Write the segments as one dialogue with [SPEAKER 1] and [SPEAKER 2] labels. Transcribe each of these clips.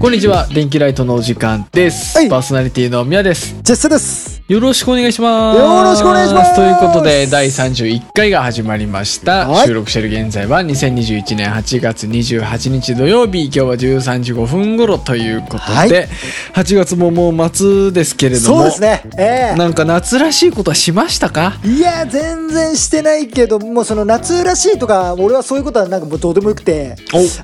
[SPEAKER 1] こんにちは電気ライトのお時間です、
[SPEAKER 2] はい
[SPEAKER 1] パーソナリティの宮です
[SPEAKER 2] ジェスです。
[SPEAKER 1] よろしくお願いします
[SPEAKER 2] よろしくお願いします
[SPEAKER 1] ということで第31回が始まりました、
[SPEAKER 2] はい
[SPEAKER 1] 収録している現在は2021年8月28日土曜日今日は13時5分頃ということで、
[SPEAKER 2] はい
[SPEAKER 1] 8月ももう末ですけれども
[SPEAKER 2] そうですね。え
[SPEAKER 1] なんか夏らしいことはしましたか
[SPEAKER 2] えいや、全然してないけど、もうその夏らしいとか、俺はそういうことはなんかもうどうでもよくて、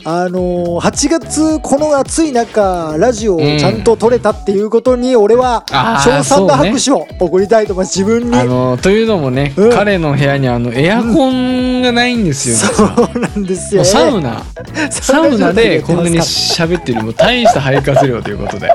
[SPEAKER 2] あのー、8月この暑い中、ラジオをちゃんと撮れたっていうことに、俺は、
[SPEAKER 1] あー
[SPEAKER 2] 賞賛な
[SPEAKER 1] そうね
[SPEAKER 2] 拍手を送りたいと思います。自分に。
[SPEAKER 1] あのというのもね、
[SPEAKER 2] うん
[SPEAKER 1] 彼の部屋にあのエアコンがないんですよ、
[SPEAKER 2] そうなんです
[SPEAKER 1] も
[SPEAKER 2] よ。
[SPEAKER 1] うサウナ、サウナでこんなに喋ってるもう大した肺活量ということ で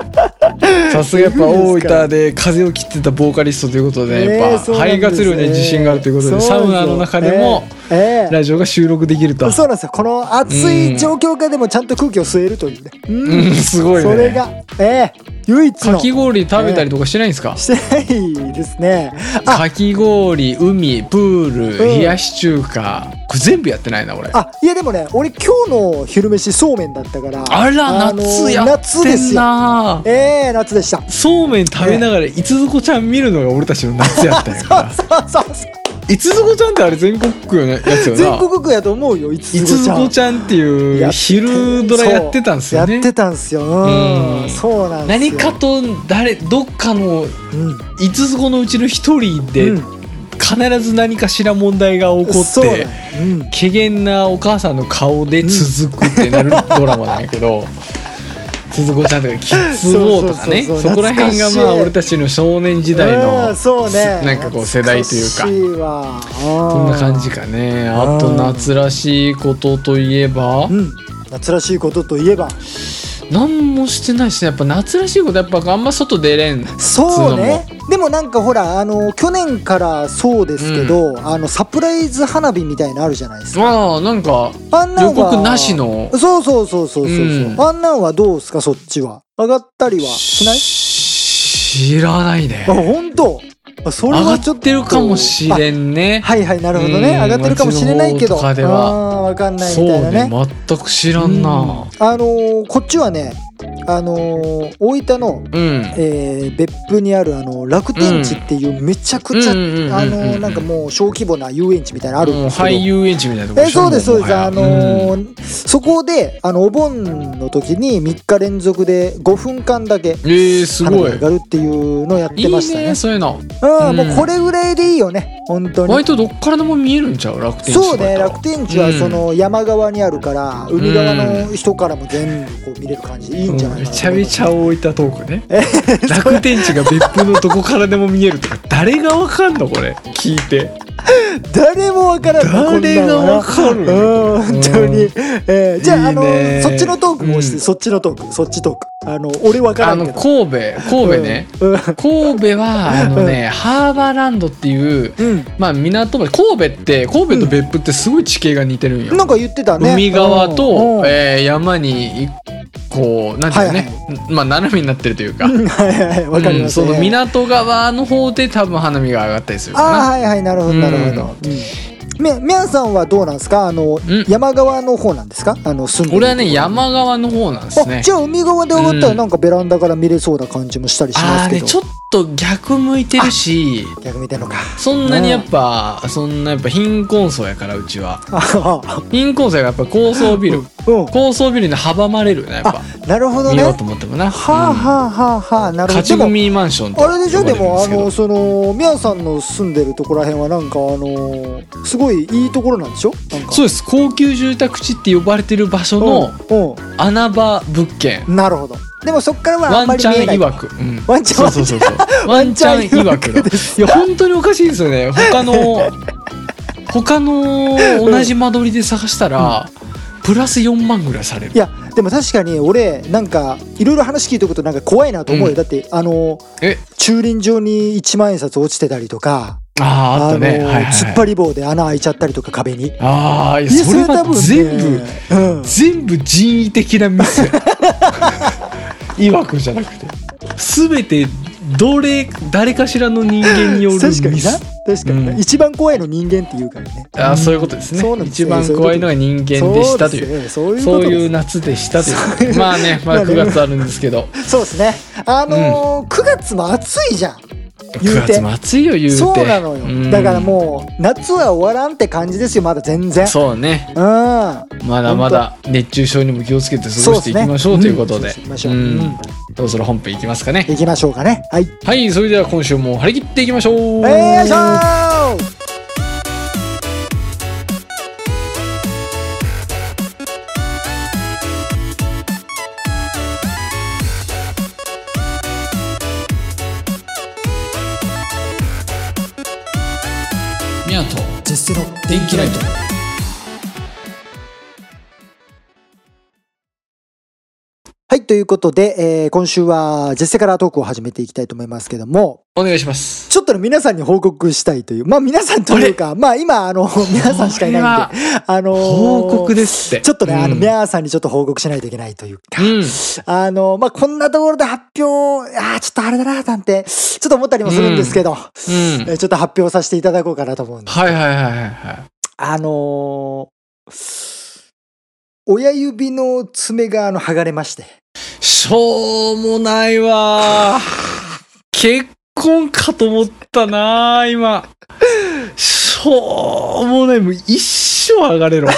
[SPEAKER 1] さすがやっぱ大分で風を切ってたボーカリストということで、
[SPEAKER 2] ねえ
[SPEAKER 1] やっぱ
[SPEAKER 2] そうなんです
[SPEAKER 1] 肺活量には自信があるということで
[SPEAKER 2] ええ
[SPEAKER 1] サウナの中でも
[SPEAKER 2] えええ
[SPEAKER 1] ラジオが収録できると、
[SPEAKER 2] えそうなんですよこの暑い状況下でもちゃんと空気を吸えるというね、
[SPEAKER 1] うん、すごいね
[SPEAKER 2] それがええ唯一
[SPEAKER 1] か
[SPEAKER 2] の
[SPEAKER 1] き氷食べたりとかしてないんですか、
[SPEAKER 2] してないですね。あ、
[SPEAKER 1] かき氷海プール
[SPEAKER 2] うん
[SPEAKER 1] 冷やし中華これ全部やってないな俺
[SPEAKER 2] あ、いやでもね、俺今日の昼飯そうめんだったから。
[SPEAKER 1] あら
[SPEAKER 2] の
[SPEAKER 1] 夏やって
[SPEAKER 2] 夏で
[SPEAKER 1] ん
[SPEAKER 2] すよ。
[SPEAKER 1] な
[SPEAKER 2] ええ夏でした。
[SPEAKER 1] そうめん食べながらいつずこちゃん見るのが俺たちの夏やったんやから
[SPEAKER 2] そうそうそう。
[SPEAKER 1] いつずこちゃんってあれ全国区のやつよ
[SPEAKER 2] 全
[SPEAKER 1] な
[SPEAKER 2] 国区やと思うよ、い
[SPEAKER 1] い
[SPEAKER 2] つ
[SPEAKER 1] つ
[SPEAKER 2] ず
[SPEAKER 1] ず
[SPEAKER 2] こ
[SPEAKER 1] こ
[SPEAKER 2] ち
[SPEAKER 1] ち
[SPEAKER 2] ゃん。
[SPEAKER 1] ゃんっていう昼ドラやってたんですよ
[SPEAKER 2] や
[SPEAKER 1] ね
[SPEAKER 2] ってたんですよ。
[SPEAKER 1] う
[SPEAKER 2] うんん。そうなんです
[SPEAKER 1] 何
[SPEAKER 2] よ。
[SPEAKER 1] かと誰どっかの
[SPEAKER 2] うん。
[SPEAKER 1] いつずこのうちの一人で
[SPEAKER 2] うん
[SPEAKER 1] 必ず何かしら問題が起こっ
[SPEAKER 2] そうなん
[SPEAKER 1] て
[SPEAKER 2] やうん。
[SPEAKER 1] 怪げなお母さんの顔で続くってなるドラマなんやけ ど。鈴子ちゃんとかキッズウォーとかね
[SPEAKER 2] そ
[SPEAKER 1] そ
[SPEAKER 2] うそうそうそう
[SPEAKER 1] こら辺がまあ
[SPEAKER 2] 懐かしい
[SPEAKER 1] 俺たちの少年時代
[SPEAKER 2] う
[SPEAKER 1] の
[SPEAKER 2] んそうね。
[SPEAKER 1] なんかこう世代というか
[SPEAKER 2] 懐しいわ。
[SPEAKER 1] そ
[SPEAKER 2] そ
[SPEAKER 1] んな感じ。かねあと
[SPEAKER 2] うん
[SPEAKER 1] 夏らしいことといえば
[SPEAKER 2] うん。夏らしいことといえば。
[SPEAKER 1] 何もしてないですねやっぱ夏らしいことやっぱあんま外出れん
[SPEAKER 2] そうねでもなんかほらあの去年からそうですけど、あのサプライズ花火みたいなのあるじゃないですか
[SPEAKER 1] まあなんか
[SPEAKER 2] あんなん
[SPEAKER 1] 予
[SPEAKER 2] は
[SPEAKER 1] 告なしの
[SPEAKER 2] そうそうそうそうそうそう、
[SPEAKER 1] うん
[SPEAKER 2] あんなんはどうすかそっちは上がったりはしない
[SPEAKER 1] 知らないね
[SPEAKER 2] あ本当あそれ
[SPEAKER 1] 上が
[SPEAKER 2] はちょっ
[SPEAKER 1] っ
[SPEAKER 2] と
[SPEAKER 1] てるかもしれ
[SPEAKER 2] ん
[SPEAKER 1] んね
[SPEAKER 2] はいはいなるほどね
[SPEAKER 1] うん
[SPEAKER 2] 上がってるかもしれないけど
[SPEAKER 1] 街の方とかでは
[SPEAKER 2] あーわかんない
[SPEAKER 1] そう
[SPEAKER 2] みたいなね
[SPEAKER 1] ね全く知らんな
[SPEAKER 2] うんあのーこっちはねあのー大分の
[SPEAKER 1] うん
[SPEAKER 2] えー別府にあるあの楽天地っていうめちゃくちゃ、
[SPEAKER 1] うんうんうんうんうん
[SPEAKER 2] あのなんかもう小規模な遊園地みたいなのあるん
[SPEAKER 1] もう
[SPEAKER 2] ですけど、
[SPEAKER 1] 俳優園地みたいなとこ
[SPEAKER 2] え
[SPEAKER 1] でしょ
[SPEAKER 2] そうですそうで
[SPEAKER 1] も
[SPEAKER 2] す
[SPEAKER 1] はや
[SPEAKER 2] あのーそこであのお盆の時に3日連続で5分間だ
[SPEAKER 1] う
[SPEAKER 2] け
[SPEAKER 1] んえーす
[SPEAKER 2] 花火
[SPEAKER 1] ごい
[SPEAKER 2] 上がるっていうのをやって
[SPEAKER 1] い
[SPEAKER 2] ました
[SPEAKER 1] い
[SPEAKER 2] ね
[SPEAKER 1] ねそういうの
[SPEAKER 2] うん、もうこれぐらいでいいよね本当に
[SPEAKER 1] 割とどっからでも見えるんちゃう楽天市
[SPEAKER 2] そう
[SPEAKER 1] とか
[SPEAKER 2] ね
[SPEAKER 1] やったら
[SPEAKER 2] 楽天地はその山側にあるから、海側の人からも全部こう見れる感じでいいんじゃないかな、
[SPEAKER 1] めちゃめちゃ大分トークね楽天地が別府のどこからでも見えるとか誰がわかんのこれ聞いて
[SPEAKER 2] 誰もわからんな
[SPEAKER 1] 誰がわかる
[SPEAKER 2] こんなんはなうん本当に、
[SPEAKER 1] うん
[SPEAKER 2] えーじゃあ
[SPEAKER 1] いいね
[SPEAKER 2] あのそっちのトークもして、
[SPEAKER 1] うん
[SPEAKER 2] そっちのトークそっちトークあの俺わか
[SPEAKER 1] あ
[SPEAKER 2] らん
[SPEAKER 1] の
[SPEAKER 2] けど
[SPEAKER 1] 神戸神戸ね、
[SPEAKER 2] うんうん
[SPEAKER 1] 神戸はあのね、ハーバーランドっていう
[SPEAKER 2] う
[SPEAKER 1] まあ港町神戸って神戸と別府ってすごい地形が似てるんよ、
[SPEAKER 2] んなんか言ってたね
[SPEAKER 1] 海側
[SPEAKER 2] うん
[SPEAKER 1] と、
[SPEAKER 2] うん
[SPEAKER 1] えー山にこうなんていうのね、まあ斜めになってるというか、
[SPEAKER 2] うん はいはいわかり
[SPEAKER 1] うん
[SPEAKER 2] ます
[SPEAKER 1] そ
[SPEAKER 2] ね、
[SPEAKER 1] の港側の方で多分花火が上がったりするかな
[SPEAKER 2] ああはいはいなるほどなるほど、うんみみやさんはどうなんですかあの、
[SPEAKER 1] ん
[SPEAKER 2] 山側の方なんですかあの住んでる
[SPEAKER 1] 俺はね山側の方なんですね
[SPEAKER 2] あじゃあ海側で上がった
[SPEAKER 1] う
[SPEAKER 2] ら
[SPEAKER 1] ん
[SPEAKER 2] なんかベランダから見れそうな感じもしたりしま
[SPEAKER 1] あ
[SPEAKER 2] す
[SPEAKER 1] あ
[SPEAKER 2] け
[SPEAKER 1] ね
[SPEAKER 2] ど、
[SPEAKER 1] ちょっと逆向いてるし
[SPEAKER 2] 逆見てんのか
[SPEAKER 1] そんなにやっぱ、そんなやっぱ貧困層やからうちは
[SPEAKER 2] あ
[SPEAKER 1] 貧困層やからやっぱ高層ビル
[SPEAKER 2] うん
[SPEAKER 1] 高層ビルに阻まれるよねやっぱ
[SPEAKER 2] なるほど
[SPEAKER 1] 見
[SPEAKER 2] ね
[SPEAKER 1] ようと思ってもな、
[SPEAKER 2] はあ
[SPEAKER 1] うん
[SPEAKER 2] はあはあはあなる
[SPEAKER 1] 勝
[SPEAKER 2] ほどで
[SPEAKER 1] ち
[SPEAKER 2] も
[SPEAKER 1] 組マンションと
[SPEAKER 2] あれでしょ
[SPEAKER 1] 呼ば
[SPEAKER 2] で
[SPEAKER 1] るん
[SPEAKER 2] もあ
[SPEAKER 1] すけど
[SPEAKER 2] のそのみやさんの住んでるところらへんはなんかあのーすごいいいところなんでしょなんか
[SPEAKER 1] そうです高級住宅地って呼ばれてる場所の
[SPEAKER 2] のう
[SPEAKER 1] 穴場物件
[SPEAKER 2] んなるほどでもそっからは
[SPEAKER 1] ワ
[SPEAKER 2] あんま
[SPEAKER 1] ン
[SPEAKER 2] り
[SPEAKER 1] チ
[SPEAKER 2] 見
[SPEAKER 1] ャ
[SPEAKER 2] え
[SPEAKER 1] ン
[SPEAKER 2] ない
[SPEAKER 1] 曰く、うん
[SPEAKER 2] ワンチャン
[SPEAKER 1] そうそうそうそうワンチャン曰くだいや本当におかしいですよね他の他の同じ間取りで探したら、プラス4万ぐらいされ
[SPEAKER 2] い
[SPEAKER 1] る
[SPEAKER 2] やでも確かに俺なんかいろいろ話聞いておくとなんか怖いなと思うよ、
[SPEAKER 1] うん
[SPEAKER 2] だってあのー
[SPEAKER 1] え
[SPEAKER 2] 駐輪場に一万円札落ちてたりとか
[SPEAKER 1] あああったね、
[SPEAKER 2] のー
[SPEAKER 1] はいはいはい
[SPEAKER 2] 突っ張り棒で穴開いちゃったりとか壁にい
[SPEAKER 1] ああいや
[SPEAKER 2] や
[SPEAKER 1] それ
[SPEAKER 2] 多
[SPEAKER 1] は
[SPEAKER 2] 分ね
[SPEAKER 1] 全部、
[SPEAKER 2] うん、
[SPEAKER 1] 全部 人為的なミスや曰くじゃなくて全てどれ誰かしらの人間によるミ
[SPEAKER 2] 確かにな
[SPEAKER 1] ス
[SPEAKER 2] 確かにな、
[SPEAKER 1] うん
[SPEAKER 2] 一番怖いの人間って言うからね
[SPEAKER 1] あーそういうことですね
[SPEAKER 2] そうなんです
[SPEAKER 1] 一番怖いのが人間でしたという
[SPEAKER 2] うそうですね
[SPEAKER 1] そ
[SPEAKER 2] そう
[SPEAKER 1] う
[SPEAKER 2] いうこと
[SPEAKER 1] い
[SPEAKER 2] で
[SPEAKER 1] う
[SPEAKER 2] す
[SPEAKER 1] 夏でしたというまあねまあ9月あるんですけど
[SPEAKER 2] そうですねあのー9月も暑いじゃん言
[SPEAKER 1] 9
[SPEAKER 2] うて
[SPEAKER 1] 月も暑いよ言うて
[SPEAKER 2] そうなのよ、
[SPEAKER 1] うん
[SPEAKER 2] だからもう夏は終わらんって感じですよまだ全然
[SPEAKER 1] そうね
[SPEAKER 2] うん過
[SPEAKER 1] まだまだ熱中症にも気をつけて過ごしていきましょうということで
[SPEAKER 2] そうですねう
[SPEAKER 1] うんんそろそろ本編いきますかね
[SPEAKER 2] いきましょうかねはい
[SPEAKER 1] はいそれでは今週も張り切っていきましょう
[SPEAKER 2] よいしょー
[SPEAKER 1] ミヤと
[SPEAKER 2] ジェスの
[SPEAKER 1] 電気ライト
[SPEAKER 2] はいということで、えー今週はジェステからトークを始めていきたいと思いますけども
[SPEAKER 1] お願いします
[SPEAKER 2] ちょっとね皆さんに報告したいというまあ皆さんというかまあ今あの皆さんしかいないんであのー
[SPEAKER 1] 報告ですって
[SPEAKER 2] ちょっとね、あの、
[SPEAKER 1] うん
[SPEAKER 2] ミャーさんにちょっと報告しないといけないというか、
[SPEAKER 1] うん
[SPEAKER 2] あの、まあ、こんなところで発表、ああ、ちょっとあれだな、なんて、ちょっと思ったりもするんですけど、
[SPEAKER 1] うん
[SPEAKER 2] えちょっと発表させていただこうかなと思うんです。
[SPEAKER 1] はいはいはいはいは
[SPEAKER 2] あのー親指の爪が、あの、剥がれまして。
[SPEAKER 1] いしょうもないわ結婚かと思ったな今しょうもないもう一生上がれろ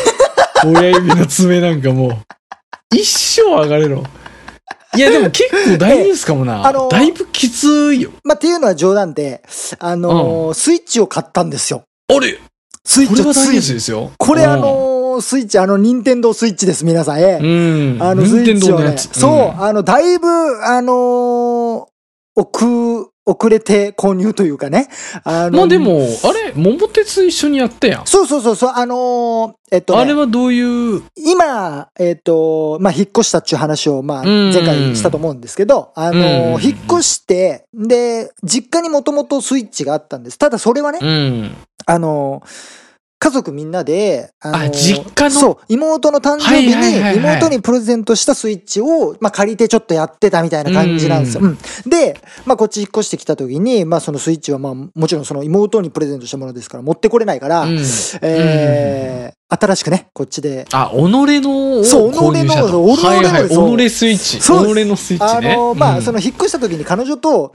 [SPEAKER 1] 親指の爪なんかもう一生上がれろいやでも結構大ニュースかもな、
[SPEAKER 2] あの
[SPEAKER 1] だいぶきついよ
[SPEAKER 2] まあ、っていうのは冗談で、あのースイッチを買ったんですよ。
[SPEAKER 1] あれ
[SPEAKER 2] スイッ
[SPEAKER 1] こ
[SPEAKER 2] チ
[SPEAKER 1] れ
[SPEAKER 2] を
[SPEAKER 1] が
[SPEAKER 2] つ
[SPEAKER 1] 大ニュース
[SPEAKER 2] い
[SPEAKER 1] ですよ
[SPEAKER 2] これあのースイッチ、あの、ニンテンドースイッチです、皆さん。ええ
[SPEAKER 1] うん
[SPEAKER 2] あの、ス
[SPEAKER 1] 任
[SPEAKER 2] イ
[SPEAKER 1] 天
[SPEAKER 2] ッチ
[SPEAKER 1] 堂
[SPEAKER 2] を
[SPEAKER 1] のや
[SPEAKER 2] ね、
[SPEAKER 1] つ
[SPEAKER 2] そう、あの、だいぶ、あのー遅、遅れて購入というかね。あの
[SPEAKER 1] まあで、も、あれ、桃鉄一緒にやったやん。
[SPEAKER 2] そうそうそうそう、あのーえっとね、
[SPEAKER 1] あれはどういう、
[SPEAKER 2] 今、えっと、まあ、引っ越したっていう話を、まあ、
[SPEAKER 1] うん
[SPEAKER 2] 前回したと思うんですけど、あのー
[SPEAKER 1] うん
[SPEAKER 2] 引っ越して、で、実家にもともとスイッチがあったんです。ただ、それはね、
[SPEAKER 1] うん。
[SPEAKER 2] あのー家族みんなで、あのー
[SPEAKER 1] あ実家の
[SPEAKER 2] そう、妹の誕生日
[SPEAKER 1] はいはいはい
[SPEAKER 2] に、
[SPEAKER 1] はい
[SPEAKER 2] 妹にプレゼントしたスイッチを、まあ、借りてちょっとやってたみたいな感じなんですよ。
[SPEAKER 1] う
[SPEAKER 2] うんで、まあ、こっち引っ越してきた時に、まあ、そのスイッチは、まあ、もちろんその妹にプレゼントしたものですから、持ってこれないから、
[SPEAKER 1] うん
[SPEAKER 2] えー新しくね、こっちで、
[SPEAKER 1] あ、己のを
[SPEAKER 2] そう
[SPEAKER 1] 購入したと
[SPEAKER 2] 己の
[SPEAKER 1] はいはい、
[SPEAKER 2] 己の
[SPEAKER 1] 己スイッチ。己
[SPEAKER 2] そうです
[SPEAKER 1] のスイッ
[SPEAKER 2] あ
[SPEAKER 1] チね。
[SPEAKER 2] の、ま
[SPEAKER 1] う
[SPEAKER 2] あ、
[SPEAKER 1] ん
[SPEAKER 2] その引っ越した時に彼女と、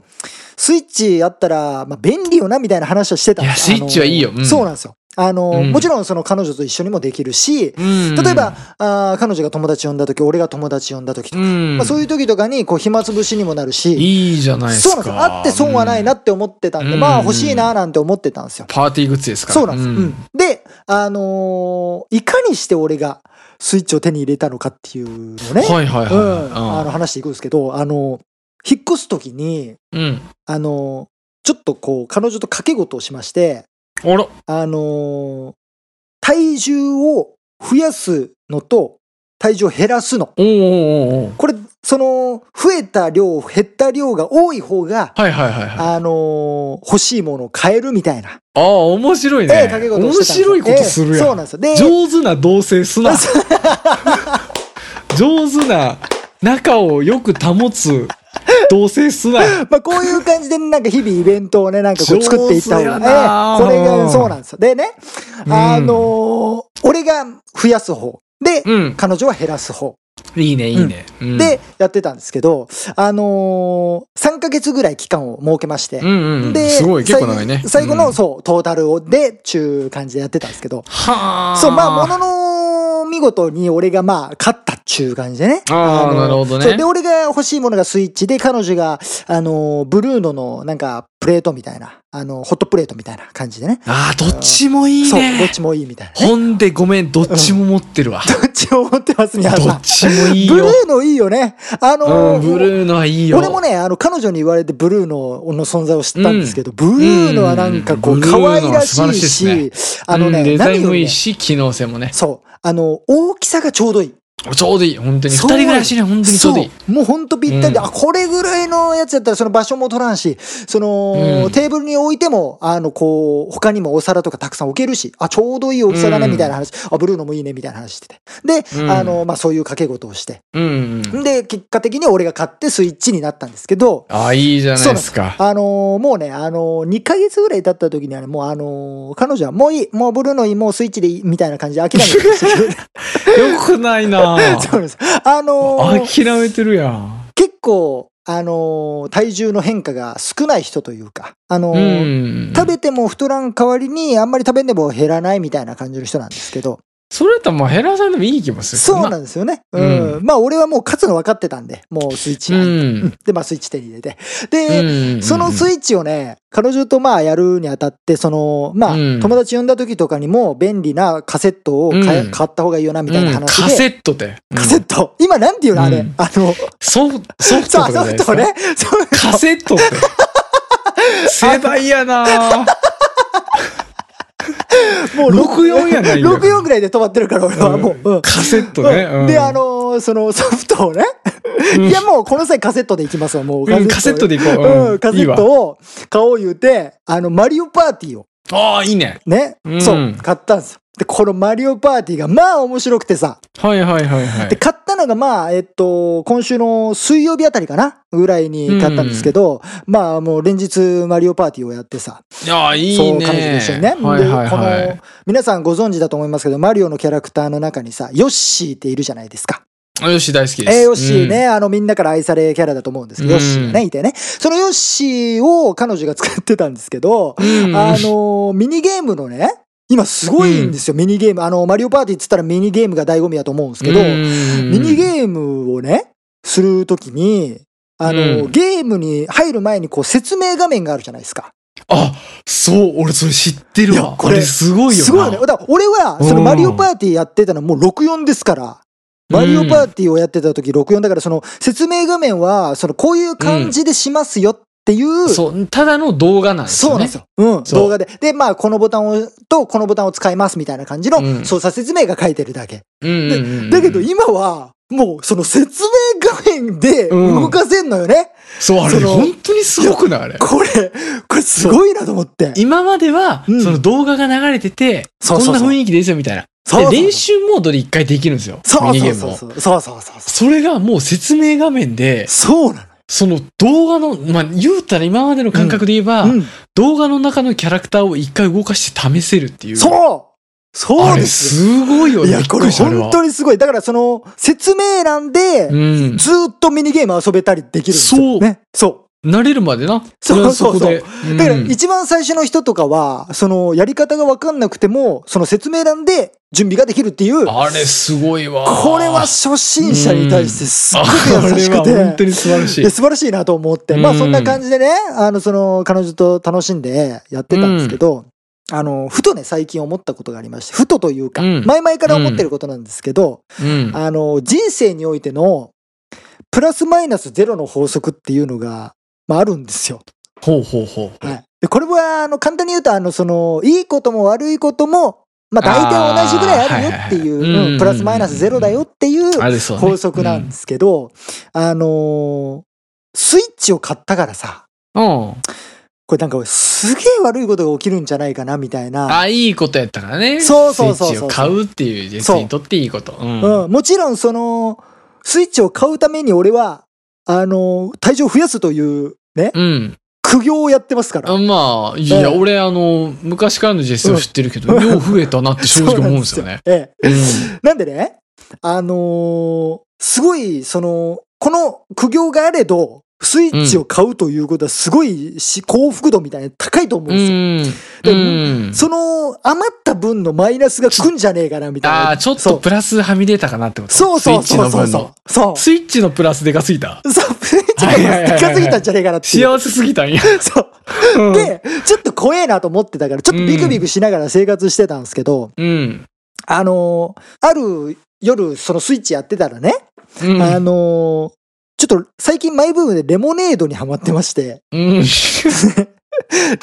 [SPEAKER 2] スイッチあったら、まあ、便利よな、みたいな話をしてたんです
[SPEAKER 1] いやスイッチはいいよ
[SPEAKER 2] あの
[SPEAKER 1] うん
[SPEAKER 2] そうなんですよ。あの、
[SPEAKER 1] うん
[SPEAKER 2] もちろんその彼女と一緒にもできるし、
[SPEAKER 1] うん
[SPEAKER 2] 例えば、、あー彼女が友達呼んだ時、俺が友達呼んだ時と
[SPEAKER 1] う
[SPEAKER 2] か、
[SPEAKER 1] ん。
[SPEAKER 2] まあ、そういう時とかにこう暇つぶしにもなるし、
[SPEAKER 1] いいじゃないですか。
[SPEAKER 2] そうなんですよ。あって損はないな
[SPEAKER 1] うん。
[SPEAKER 2] って思ってたんで、
[SPEAKER 1] うん
[SPEAKER 2] まあ欲しいななんて思ってたんですよ。
[SPEAKER 1] パーティーグッズですから。
[SPEAKER 2] そうなんですよ。うんで、あのーいかにして俺がスイッチを手に入れたのかっていうのをね、
[SPEAKER 1] はいはいはい。
[SPEAKER 2] うん、あの話していくんですけど、あのー引っ越す時に、
[SPEAKER 1] うん。
[SPEAKER 2] あのーちょっとこう、彼女と掛け事をしまして、
[SPEAKER 1] あら、
[SPEAKER 2] あのー体重を増やすのと、体重を減らすの。
[SPEAKER 1] おーおーおーおー
[SPEAKER 2] これ、その、増えた量、減った量が多い方が、
[SPEAKER 1] はいはいはいはい。あ
[SPEAKER 2] あのー欲しいものを買えるみたいな。
[SPEAKER 1] あー、面白いね。
[SPEAKER 2] ええ掛け事を
[SPEAKER 1] 面
[SPEAKER 2] してたんです
[SPEAKER 1] 白いことする
[SPEAKER 2] ええそ
[SPEAKER 1] や。
[SPEAKER 2] うんなんですよ。で、
[SPEAKER 1] 上手な同棲すな
[SPEAKER 2] あ。
[SPEAKER 1] 上手な仲をよく保つ同棲すな。
[SPEAKER 2] まあ、こういう感じで、なんか日々イベントをね、なんかこう作っていった方
[SPEAKER 1] 上手や
[SPEAKER 2] が、
[SPEAKER 1] な
[SPEAKER 2] ええこれがそうなんですよ。でね、
[SPEAKER 1] うん
[SPEAKER 2] あのー俺が増やす方。で、
[SPEAKER 1] うん。
[SPEAKER 2] 彼女は減らす方。
[SPEAKER 1] いいね、いいね。うん、
[SPEAKER 2] で、やってたんですけど、あのー、3ヶ月ぐらい期間を設けまして、
[SPEAKER 1] うんうんうん、
[SPEAKER 2] で、
[SPEAKER 1] すごい、結構長いね。
[SPEAKER 2] 最後最後
[SPEAKER 1] う
[SPEAKER 2] の、
[SPEAKER 1] ん
[SPEAKER 2] そう、トータルを、で、ちゅう感じでやってたんですけど、
[SPEAKER 1] はあ。
[SPEAKER 2] そう、まあ、ものの見事に俺がまあ、勝ったっちゅう感じでね。
[SPEAKER 1] あー
[SPEAKER 2] の
[SPEAKER 1] なるほどね
[SPEAKER 2] そうで、俺が欲しいものがスイッチで、彼女が、あの、ブルーノのなんか、プレートみたいな、あの、ホットプレートみたいな感じでね。
[SPEAKER 1] ああ、どっちもいい
[SPEAKER 2] そう、どっ
[SPEAKER 1] ね。
[SPEAKER 2] ちもいいみ たいな。
[SPEAKER 1] ほんで、ごめん、どっちも持ってるわ。
[SPEAKER 2] どっちを持ってます、皆
[SPEAKER 1] ど
[SPEAKER 2] さ
[SPEAKER 1] っ
[SPEAKER 2] ん。
[SPEAKER 1] ちもいい
[SPEAKER 2] ブル
[SPEAKER 1] よ。
[SPEAKER 2] ーノいいよね。あの、
[SPEAKER 1] うん、ブルーのはいいよ。
[SPEAKER 2] 俺もね、あの、彼女に言われてブルーノの存在を知ったんですけど、ブルーノはなんかこ
[SPEAKER 1] うん
[SPEAKER 2] う、
[SPEAKER 1] ブルー
[SPEAKER 2] 可
[SPEAKER 1] ノは
[SPEAKER 2] 愛らし
[SPEAKER 1] 素晴ら
[SPEAKER 2] い
[SPEAKER 1] しい
[SPEAKER 2] し、あの
[SPEAKER 1] うん
[SPEAKER 2] ね、
[SPEAKER 1] デザイ
[SPEAKER 2] 何
[SPEAKER 1] ン
[SPEAKER 2] よ
[SPEAKER 1] もい
[SPEAKER 2] り
[SPEAKER 1] い
[SPEAKER 2] ね、
[SPEAKER 1] し、機能性もね。
[SPEAKER 2] そう、あの、大きさがちょうどいい。
[SPEAKER 1] ちょうどいい、本当に。二
[SPEAKER 2] そ
[SPEAKER 1] 人
[SPEAKER 2] う
[SPEAKER 1] 暮らしには本当にちょうどいい。
[SPEAKER 2] そうもうほんとぴったりで、
[SPEAKER 1] うん
[SPEAKER 2] あ、これぐらいのやつやったら、その場所も取らんし、その、
[SPEAKER 1] うん
[SPEAKER 2] テーブルに置いても、あの、こう、他にもお皿とかたくさん置けるし、あ、ちょうどいい大きさだね、
[SPEAKER 1] うん
[SPEAKER 2] みたいな話、あ、ブルーのもいいね、みたいな話してて。で、
[SPEAKER 1] うん
[SPEAKER 2] あの、まあ、そういう掛け事をして。
[SPEAKER 1] うんうん。
[SPEAKER 2] で、結果的に俺が買ってスイッチになったんですけど、
[SPEAKER 1] あ、いいじゃないですか。
[SPEAKER 2] あのーもうね、あのー、2ヶ月ぐらい経った時にはね、もうあのー彼女はもういい、もうブルーのいい、もうスイッチでいい、みたいな感じで諦めてましたけどね
[SPEAKER 1] よくないな
[SPEAKER 2] そうなんです。あのー
[SPEAKER 1] 諦めてるやん。
[SPEAKER 2] 結構、あのー体重の変化が少ない人というか、あの
[SPEAKER 1] うん。
[SPEAKER 2] ー食べても太らん代わりに、あんまり食べんでも減らないみたいな感じの人なんですけど、
[SPEAKER 1] それやったらもう減らさんでもいい気もする
[SPEAKER 2] そう
[SPEAKER 1] ま
[SPEAKER 2] な
[SPEAKER 1] あ
[SPEAKER 2] んですよね。うん。まあ、俺はもう勝つの分かってたんで、もうスイッチ
[SPEAKER 1] う
[SPEAKER 2] なんて
[SPEAKER 1] ん。
[SPEAKER 2] で、まあ、スイッチ手に入れて。で、
[SPEAKER 1] うん。
[SPEAKER 2] そのスイッチをね、彼女とまあやるにあたって、その、まあ、
[SPEAKER 1] うん
[SPEAKER 2] 友達呼んだ時とかにも便利なカセットを買,、
[SPEAKER 1] うん
[SPEAKER 2] 買った方がいいよな、みたいな
[SPEAKER 1] うん
[SPEAKER 2] 話で。
[SPEAKER 1] カセットで。
[SPEAKER 2] カセット今なんていうのあれ、
[SPEAKER 1] うん
[SPEAKER 2] あの、
[SPEAKER 1] ソフト、ソフ
[SPEAKER 2] さ
[SPEAKER 1] ト
[SPEAKER 2] あ、
[SPEAKER 1] とかじゃ
[SPEAKER 2] ソ
[SPEAKER 1] ない
[SPEAKER 2] フ
[SPEAKER 1] ですか
[SPEAKER 2] トね。そういうの
[SPEAKER 1] カセットっ て。世代やな
[SPEAKER 2] もう
[SPEAKER 1] 六四やないんだよ
[SPEAKER 2] 64ぐらいで止まってるから、俺はもう。うん
[SPEAKER 1] カセットね。
[SPEAKER 2] うん
[SPEAKER 1] うん
[SPEAKER 2] で、あのーそのソフトをね、
[SPEAKER 1] うん
[SPEAKER 2] いやもうこの際カセットでいきますわ、もう。
[SPEAKER 1] うんカセットでいこう
[SPEAKER 2] う
[SPEAKER 1] うん
[SPEAKER 2] ん、カセ
[SPEAKER 1] いいわ
[SPEAKER 2] ットを買おう言うて、あの、マリオパーティーを
[SPEAKER 1] ああ、いいね。
[SPEAKER 2] ね、
[SPEAKER 1] うん
[SPEAKER 2] そう、買ったんですよ。で、このマリオパーティーがまあ面白くてさ、
[SPEAKER 1] はいはいはいは
[SPEAKER 2] で、
[SPEAKER 1] い。
[SPEAKER 2] 買ったのが、まあ、えっと、今週の水曜日あたりかなぐらいに買ったんですけど、まあ、もう連日マリオパーティーをやってさ、
[SPEAKER 1] ああ、いいね。
[SPEAKER 2] そう、彼女と一緒にね。
[SPEAKER 1] はいはいは
[SPEAKER 2] で、こ
[SPEAKER 1] い
[SPEAKER 2] の、皆さんご存知だと思いますけど、マリオのキャラクターの中にさ、ヨッシーっているじゃないですか。
[SPEAKER 1] あ。よし、大好きです。
[SPEAKER 2] えーヨッシーね、あの、みんなから愛されキャラだと思うんですけど、
[SPEAKER 1] うん
[SPEAKER 2] ヨッシーがね、いてね。そのヨッシーを彼女が使ってたんですけど、
[SPEAKER 1] うん。うん。
[SPEAKER 2] あの、ミニゲームのね、今すごいんですよ、ミニゲーム。あの、マリオパーティーっつったらミニゲームが醍醐味だと思うんですけど、
[SPEAKER 1] ミ
[SPEAKER 2] ミニゲームをね、するときに、あの、
[SPEAKER 1] うん
[SPEAKER 2] ゲームに入る前にこう説明画面があるじゃないですか。
[SPEAKER 1] あ、そう、俺それ知ってる
[SPEAKER 2] い
[SPEAKER 1] わ
[SPEAKER 2] や。
[SPEAKER 1] こ
[SPEAKER 2] こ
[SPEAKER 1] れ
[SPEAKER 2] れ
[SPEAKER 1] すごいよな。
[SPEAKER 2] すごいよね。だから俺は、その
[SPEAKER 1] うん
[SPEAKER 2] マリオパーティーやってたのはもう64ですから、マリオパーティーをやってた時64だから、その説明画面は、そのこういう感じでしますよっていう、
[SPEAKER 1] そう、ただの動画なんです
[SPEAKER 2] そう
[SPEAKER 1] よ
[SPEAKER 2] なん
[SPEAKER 1] ね。
[SPEAKER 2] ですよ。うん、
[SPEAKER 1] そう
[SPEAKER 2] 動画で。で、まあ、このボタンを、と、このボタンを使いますみたいな感じ
[SPEAKER 1] うん
[SPEAKER 2] の操作説明が書いてるだけ。
[SPEAKER 1] うんうんうんうん
[SPEAKER 2] だけど、今は、もうその説明画面で
[SPEAKER 1] うん
[SPEAKER 2] 動かせんのよね。
[SPEAKER 1] そう、あれ、
[SPEAKER 2] その
[SPEAKER 1] 本当にすごくないあれ。
[SPEAKER 2] これ、これすごいなと思って。
[SPEAKER 1] 今までは、
[SPEAKER 2] うん
[SPEAKER 1] その動画が流れてて、
[SPEAKER 2] そうそうそう
[SPEAKER 1] こんな雰囲気ですよ、みたいな。
[SPEAKER 2] そうそうそう
[SPEAKER 1] で、練習モードで一回できるんですよ。
[SPEAKER 2] そう
[SPEAKER 1] ミニ
[SPEAKER 2] そ
[SPEAKER 1] ゲ
[SPEAKER 2] う
[SPEAKER 1] ーム
[SPEAKER 2] そう
[SPEAKER 1] を。
[SPEAKER 2] そう。そうそうそうそ
[SPEAKER 1] それがもう説明画面で
[SPEAKER 2] う。、そうな
[SPEAKER 1] その動画の、まあ、言うたら今までの感覚で言えば、
[SPEAKER 2] の。うん。
[SPEAKER 1] 動画の中のキャラクターを一回動かして試せるっていう。
[SPEAKER 2] そうそ
[SPEAKER 1] あ
[SPEAKER 2] う
[SPEAKER 1] れ
[SPEAKER 2] です
[SPEAKER 1] す
[SPEAKER 2] よ。
[SPEAKER 1] ごいよね。
[SPEAKER 2] いや、これ本当
[SPEAKER 1] に。
[SPEAKER 2] にすごい。だからその、説明欄
[SPEAKER 1] う
[SPEAKER 2] で、
[SPEAKER 1] ん。
[SPEAKER 2] ずーっとミニゲーム遊べたりできるんです
[SPEAKER 1] そう
[SPEAKER 2] よ。ね。そ
[SPEAKER 1] 慣れるまでな。
[SPEAKER 2] そうそうそう
[SPEAKER 1] これはこ
[SPEAKER 2] う。
[SPEAKER 1] で
[SPEAKER 2] だから
[SPEAKER 1] うん
[SPEAKER 2] 一番最初の人とかは、その、やり方がわかんなくても、その説明欄で準備ができるっていう、こ
[SPEAKER 1] あれすごいわ。
[SPEAKER 2] れは初心者に対してすっ
[SPEAKER 1] あ
[SPEAKER 2] ごく優しく
[SPEAKER 1] これは本当
[SPEAKER 2] て。
[SPEAKER 1] に素晴らし
[SPEAKER 2] い
[SPEAKER 1] い
[SPEAKER 2] や。素晴らしいなと思って、ま
[SPEAKER 1] う
[SPEAKER 2] あ
[SPEAKER 1] ん
[SPEAKER 2] そんな感じでね、あの、その、彼女と楽しんでやってたんですけど、あの、ふとね、最近思ったことがありまして、ふとというか、
[SPEAKER 1] うん
[SPEAKER 2] 前々から思ってることなんですけど、
[SPEAKER 1] うん。
[SPEAKER 2] あの、人生においての、プラスマイナスゼロの法則っていうのが、まああるんですよ。
[SPEAKER 1] ほうほうほう。
[SPEAKER 2] はい。で、これは、あの、簡単に言うと、あの、その、いいことも悪いことも、まあ大体同じぐらいあるよってい、
[SPEAKER 1] あーはいはいはいうう
[SPEAKER 2] うんんプラスマイナスゼロだよっていう
[SPEAKER 1] あれそう、ね。
[SPEAKER 2] 法則なんですけど、あのースイッチを買ったからさ、
[SPEAKER 1] うん。うん。
[SPEAKER 2] これなんか俺すげえ悪いことが起きるんじゃないかなみたいな。
[SPEAKER 1] あ、いいことやったからね。
[SPEAKER 2] そうそうそ
[SPEAKER 1] ス
[SPEAKER 2] うそう
[SPEAKER 1] イッチを買うっていう、やつにとっていいこと。うん。
[SPEAKER 2] うん、もちろんその、スイッチを買うために俺は、あのー体重を増やすという、ね、
[SPEAKER 1] うん。
[SPEAKER 2] 苦行をやってますから。
[SPEAKER 1] まあ、いや、
[SPEAKER 2] うん
[SPEAKER 1] 俺、あの、昔からのジェスを知ってるけど、
[SPEAKER 2] うん
[SPEAKER 1] 量増えたなって正直思うんですよね。
[SPEAKER 2] そうなんですよ。え
[SPEAKER 1] うん
[SPEAKER 2] え。なんでね、あのーすごい、その、この苦行があれど、スイッチを買うということはすごいし、幸福度みたいな高いと思うん
[SPEAKER 1] う
[SPEAKER 2] ですよ。
[SPEAKER 1] ん。
[SPEAKER 2] で
[SPEAKER 1] うん。
[SPEAKER 2] その余った分のマイナスが来んじゃねえかなみたいな。
[SPEAKER 1] ああ、ちょっ
[SPEAKER 2] そ
[SPEAKER 1] と
[SPEAKER 2] う
[SPEAKER 1] プラスはみ出たかなってこと
[SPEAKER 2] そうそうそう
[SPEAKER 1] スイ
[SPEAKER 2] そ
[SPEAKER 1] ッ
[SPEAKER 2] う
[SPEAKER 1] チの分
[SPEAKER 2] そ
[SPEAKER 1] の。
[SPEAKER 2] う。そう。
[SPEAKER 1] スイッチのプラスでかすぎた。
[SPEAKER 2] そう、プレイ時
[SPEAKER 1] はいはいはい
[SPEAKER 2] 間
[SPEAKER 1] はい
[SPEAKER 2] が近すぎたんじゃねえかなっていう。
[SPEAKER 1] 幸せすぎたんや。
[SPEAKER 2] そう。
[SPEAKER 1] うん、
[SPEAKER 2] で、ちょっと怖えなと思ってたから、ちょっとビクビクしながら生活してたんですけど、
[SPEAKER 1] うん。
[SPEAKER 2] あのーある夜、そのスイッチやってたらね、
[SPEAKER 1] うん。
[SPEAKER 2] あのーちょっと最近マイブームでレモネードにハマってまして、
[SPEAKER 1] うん。
[SPEAKER 2] で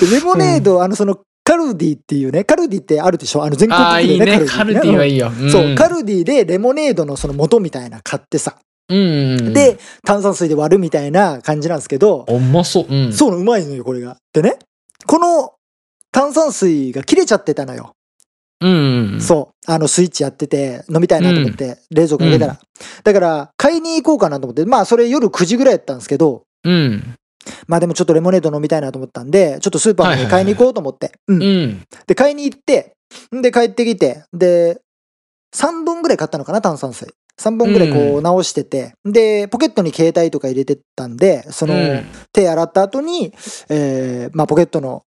[SPEAKER 2] レモネード、あの、その、カルディっていうね、カルディってあるでしょあの全国
[SPEAKER 1] ああ、い
[SPEAKER 2] 的
[SPEAKER 1] い
[SPEAKER 2] でね、
[SPEAKER 1] ね。カルディはい
[SPEAKER 2] い。
[SPEAKER 1] いよ。
[SPEAKER 2] うんそう、カルディでレモネードのその元みたいな買ってさ、
[SPEAKER 1] うん。、
[SPEAKER 2] で、炭酸水で割るみたいな感じなんですけど、
[SPEAKER 1] うまそう。うん。
[SPEAKER 2] そうなのうまいのよ、これが。でね、この炭酸水が切れちゃってたのよ。
[SPEAKER 1] うん。
[SPEAKER 2] そう。あの、スイッチやってて、飲みたいなと思って、冷蔵庫に入れたら。だから、買いに行こうかなと思って、まあ、それ夜9時ぐらいやったんですけど、
[SPEAKER 1] うん。
[SPEAKER 2] まあでもちょっとレモネード飲みたいなと思ったんで、ちょっとスーパーまで買いに行こうと思って。
[SPEAKER 1] う
[SPEAKER 2] うん。
[SPEAKER 1] ん。
[SPEAKER 2] で、買いに行って、んで、帰ってきて、で、3本ぐらい買ったのかな、炭酸水。3本ぐらいこ
[SPEAKER 1] う
[SPEAKER 2] う直してて、で、ポケットに携帯とか入れてったんで、その、
[SPEAKER 1] うん
[SPEAKER 2] 手洗った後に、えーまあ、ポケットの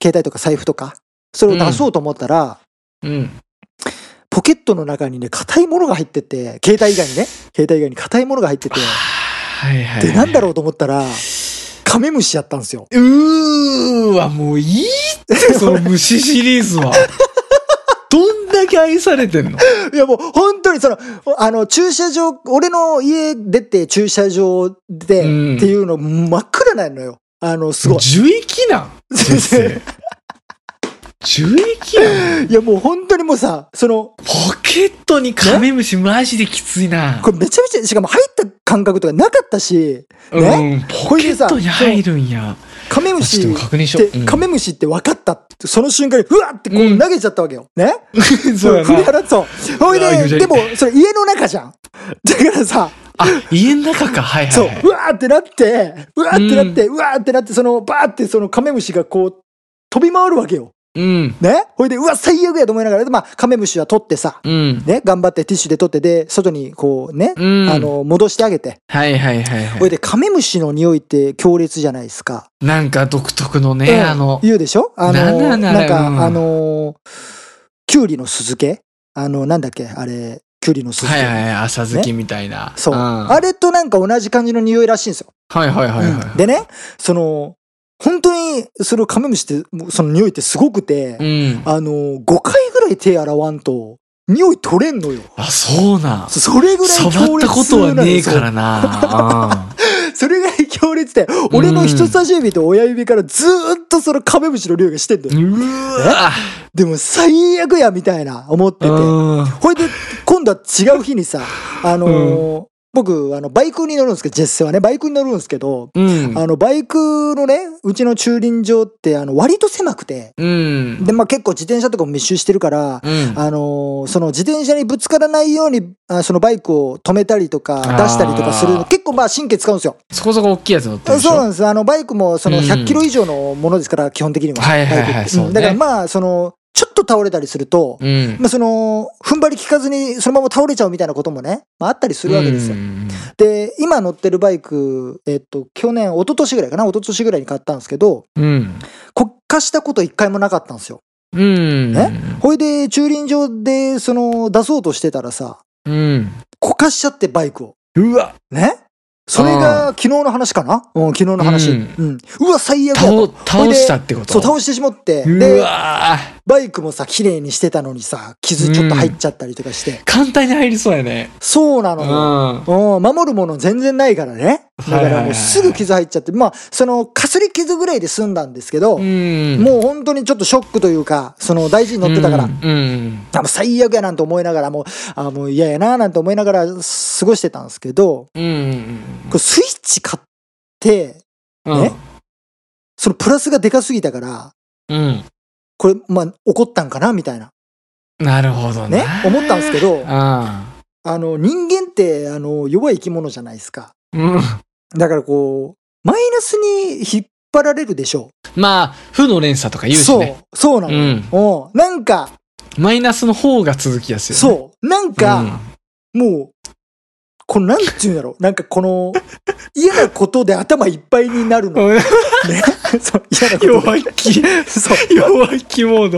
[SPEAKER 2] 携帯とか財布とか、それを出そうと思ったら、
[SPEAKER 1] うん。
[SPEAKER 2] ポケットの中にね、硬いものが入ってて、携帯以外にね、携帯以外に硬いものが入ってて、
[SPEAKER 1] はいはい。
[SPEAKER 2] で、なんだろうと思ったら、カメムシやったんですよ。
[SPEAKER 1] うーわ、もういい って、その虫シリーズは。どんだけ愛されてんの
[SPEAKER 2] いやもう本当にその、あの、駐車場、俺の家出て駐車場でって
[SPEAKER 1] うん
[SPEAKER 2] いうの真っ暗なのよ。あの、すごい。
[SPEAKER 1] 樹液なん先生。樹液やん
[SPEAKER 2] いやもう本当にもうさ、その、
[SPEAKER 1] ポケットにカメムシマジできついな。
[SPEAKER 2] これめちゃめちゃ、しかも入った感覚とかなかったし、
[SPEAKER 1] う
[SPEAKER 2] ね
[SPEAKER 1] ん、ポケットに入るん や。
[SPEAKER 2] カメム
[SPEAKER 1] ちょっ
[SPEAKER 2] シ
[SPEAKER 1] と確認しよ
[SPEAKER 2] で
[SPEAKER 1] う。うん
[SPEAKER 2] カメムシって分かったって、その瞬間に、うわってこう投げちゃったわけよ。ね
[SPEAKER 1] そうや
[SPEAKER 2] 振り
[SPEAKER 1] な。
[SPEAKER 2] 払って そう。ほい
[SPEAKER 1] あー
[SPEAKER 2] で、
[SPEAKER 1] ぐじゃ
[SPEAKER 2] でも、それ家の中じゃん。だからさ、
[SPEAKER 1] あ、家の中か。はいは
[SPEAKER 2] そう
[SPEAKER 1] い、はい。
[SPEAKER 2] うわーってなって、うわーってなって、うわーってなって、その、バーってそのカメムシがこう、飛び回るわけよ。
[SPEAKER 1] うん。
[SPEAKER 2] ねほいで、うわ、最悪やと思いながら、まあ、カメムシは取ってさ、
[SPEAKER 1] うん。
[SPEAKER 2] ね、頑張ってティッシュで取って、で、外にこうね、
[SPEAKER 1] うん。
[SPEAKER 2] あの、戻してあげて。
[SPEAKER 1] はいはいはいは
[SPEAKER 2] ほいで、カメムシの匂いって強烈じゃないですか。
[SPEAKER 1] い。なんか独特のね、
[SPEAKER 2] うん
[SPEAKER 1] あの、
[SPEAKER 2] 言うでしょあの
[SPEAKER 1] なんな
[SPEAKER 2] なん
[SPEAKER 1] だ
[SPEAKER 2] ん
[SPEAKER 1] ろううん
[SPEAKER 2] か、あのー、キュウリの酢漬けあの、なんだっけあれ、キュウリの酢
[SPEAKER 1] は
[SPEAKER 2] 漬
[SPEAKER 1] い
[SPEAKER 2] け。
[SPEAKER 1] はいはい、浅漬けみたいな。
[SPEAKER 2] そう。
[SPEAKER 1] ん
[SPEAKER 2] あ
[SPEAKER 1] はい
[SPEAKER 2] れとなんか同じ感じの匂いらしいんですよ。
[SPEAKER 1] はいはい
[SPEAKER 2] うん
[SPEAKER 1] は
[SPEAKER 2] でね、その、本当に、それをカメムシって、もうその匂いってすごくて、
[SPEAKER 1] い。うん。
[SPEAKER 2] あの、5回ぐらい手洗わんと、匂い取れんのよ。
[SPEAKER 1] あ、そうなん。
[SPEAKER 2] そそれぐらい強烈
[SPEAKER 1] 触ったことはねえから
[SPEAKER 2] な
[SPEAKER 1] な。うん
[SPEAKER 2] んですよ。それぐらい強烈で、俺の人差し指と親指からずーっとそのカメムシの匂いがしてんだよ。
[SPEAKER 1] うわ
[SPEAKER 2] でも最悪や、みたいな、思ってて。
[SPEAKER 1] うん
[SPEAKER 2] ほいで、今度は違う日にさ、あのー僕、あの、バイクに乗るんですけど、ジェッセはね、バイクに乗るんですけど、
[SPEAKER 1] うん。
[SPEAKER 2] あの、バイクのね、うちの駐輪場って、あの、割と狭くて、
[SPEAKER 1] うん。
[SPEAKER 2] で、まあ結構自転車とかも密集してるから、
[SPEAKER 1] うん。
[SPEAKER 2] あのーその自転車にぶつからないように、あそのバイクを止めたりとか、
[SPEAKER 1] あー
[SPEAKER 2] 出したりとかするの、結構まあ神経使うんですよ。
[SPEAKER 1] そこそこ大きいやつ乗ってるでしょ。
[SPEAKER 2] そうなんです。あの、バイクもその
[SPEAKER 1] うん
[SPEAKER 2] 100キロ以上のものですから、基本的には。
[SPEAKER 1] はいはいはい
[SPEAKER 2] バイクって
[SPEAKER 1] そうね
[SPEAKER 2] んだからまあ、その、ちょっと倒れたりすると、
[SPEAKER 1] うん。
[SPEAKER 2] まあ、その、踏ん張り効かずにそのまま倒れちゃうみたいなこともね、まあ、あったりするわけですよ。
[SPEAKER 1] うん
[SPEAKER 2] で、今乗ってるバイク、えっと、去年、一昨年ぐらいかな、一昨年ぐらいに買ったんですけど、
[SPEAKER 1] うん。
[SPEAKER 2] 国家したこと一回もなかったんですよ。
[SPEAKER 1] うん。
[SPEAKER 2] ねほいで、駐輪場で、その、出そうとしてたらさ、
[SPEAKER 1] うん。
[SPEAKER 2] こかしちゃってバイクを。
[SPEAKER 1] うわ
[SPEAKER 2] ねそれが昨日の話かなうん、昨日の話。
[SPEAKER 1] う
[SPEAKER 2] うんん。うわ、最悪や
[SPEAKER 1] 倒
[SPEAKER 2] と。
[SPEAKER 1] 倒したってこと
[SPEAKER 2] そう、倒してしまって。
[SPEAKER 1] う
[SPEAKER 2] で、
[SPEAKER 1] わー
[SPEAKER 2] バイクもさ、綺麗にしてたのにさ、傷ちょっと入っちゃったりとかして。
[SPEAKER 1] 簡単に入りそうやね。
[SPEAKER 2] そうな
[SPEAKER 1] う
[SPEAKER 2] の
[SPEAKER 1] ん。
[SPEAKER 2] よ。うん、守るもの全然ないからね。だ
[SPEAKER 1] はいは
[SPEAKER 2] か
[SPEAKER 1] いはい
[SPEAKER 2] らもうすぐ傷入っちゃって、まあ、その、かすり傷ぐらいで済んだんですけど、
[SPEAKER 1] うん。
[SPEAKER 2] もう本当にちょっとショックというか、その大事に乗ってたから、
[SPEAKER 1] うんうん。
[SPEAKER 2] あもう最悪やなんて思いながら、もう、あもう嫌やななんて思いながら過ごしてたんですけど、
[SPEAKER 1] うんうん。
[SPEAKER 2] これスイッチ買って、
[SPEAKER 1] うん
[SPEAKER 2] ねそのプラスがでかすぎたから、
[SPEAKER 1] うん。
[SPEAKER 2] これ、まあ、怒ったんかなみたいな、
[SPEAKER 1] なるほど
[SPEAKER 2] ね
[SPEAKER 1] ね。、
[SPEAKER 2] 思ったんですけど、
[SPEAKER 1] あ
[SPEAKER 2] あの、人間って、あの、弱い生き物じゃないですか。
[SPEAKER 1] あ。うん。
[SPEAKER 2] だからこう、マイナスに引っ張られるでしょ
[SPEAKER 1] まあ、負の連鎖とか言うし
[SPEAKER 2] そ
[SPEAKER 1] ね。
[SPEAKER 2] う、そうな
[SPEAKER 1] う
[SPEAKER 2] の。
[SPEAKER 1] ん。
[SPEAKER 2] うん、なんか、
[SPEAKER 1] マイナスの方が続きやすいよね。
[SPEAKER 2] そう、なんか、もう、この、なんていうんだろう、なんかこの、嫌なことで頭いっぱいになるの。ね、
[SPEAKER 1] うん。
[SPEAKER 2] そう、嫌なこと
[SPEAKER 1] 弱気。
[SPEAKER 2] で。そう。
[SPEAKER 1] 弱気モー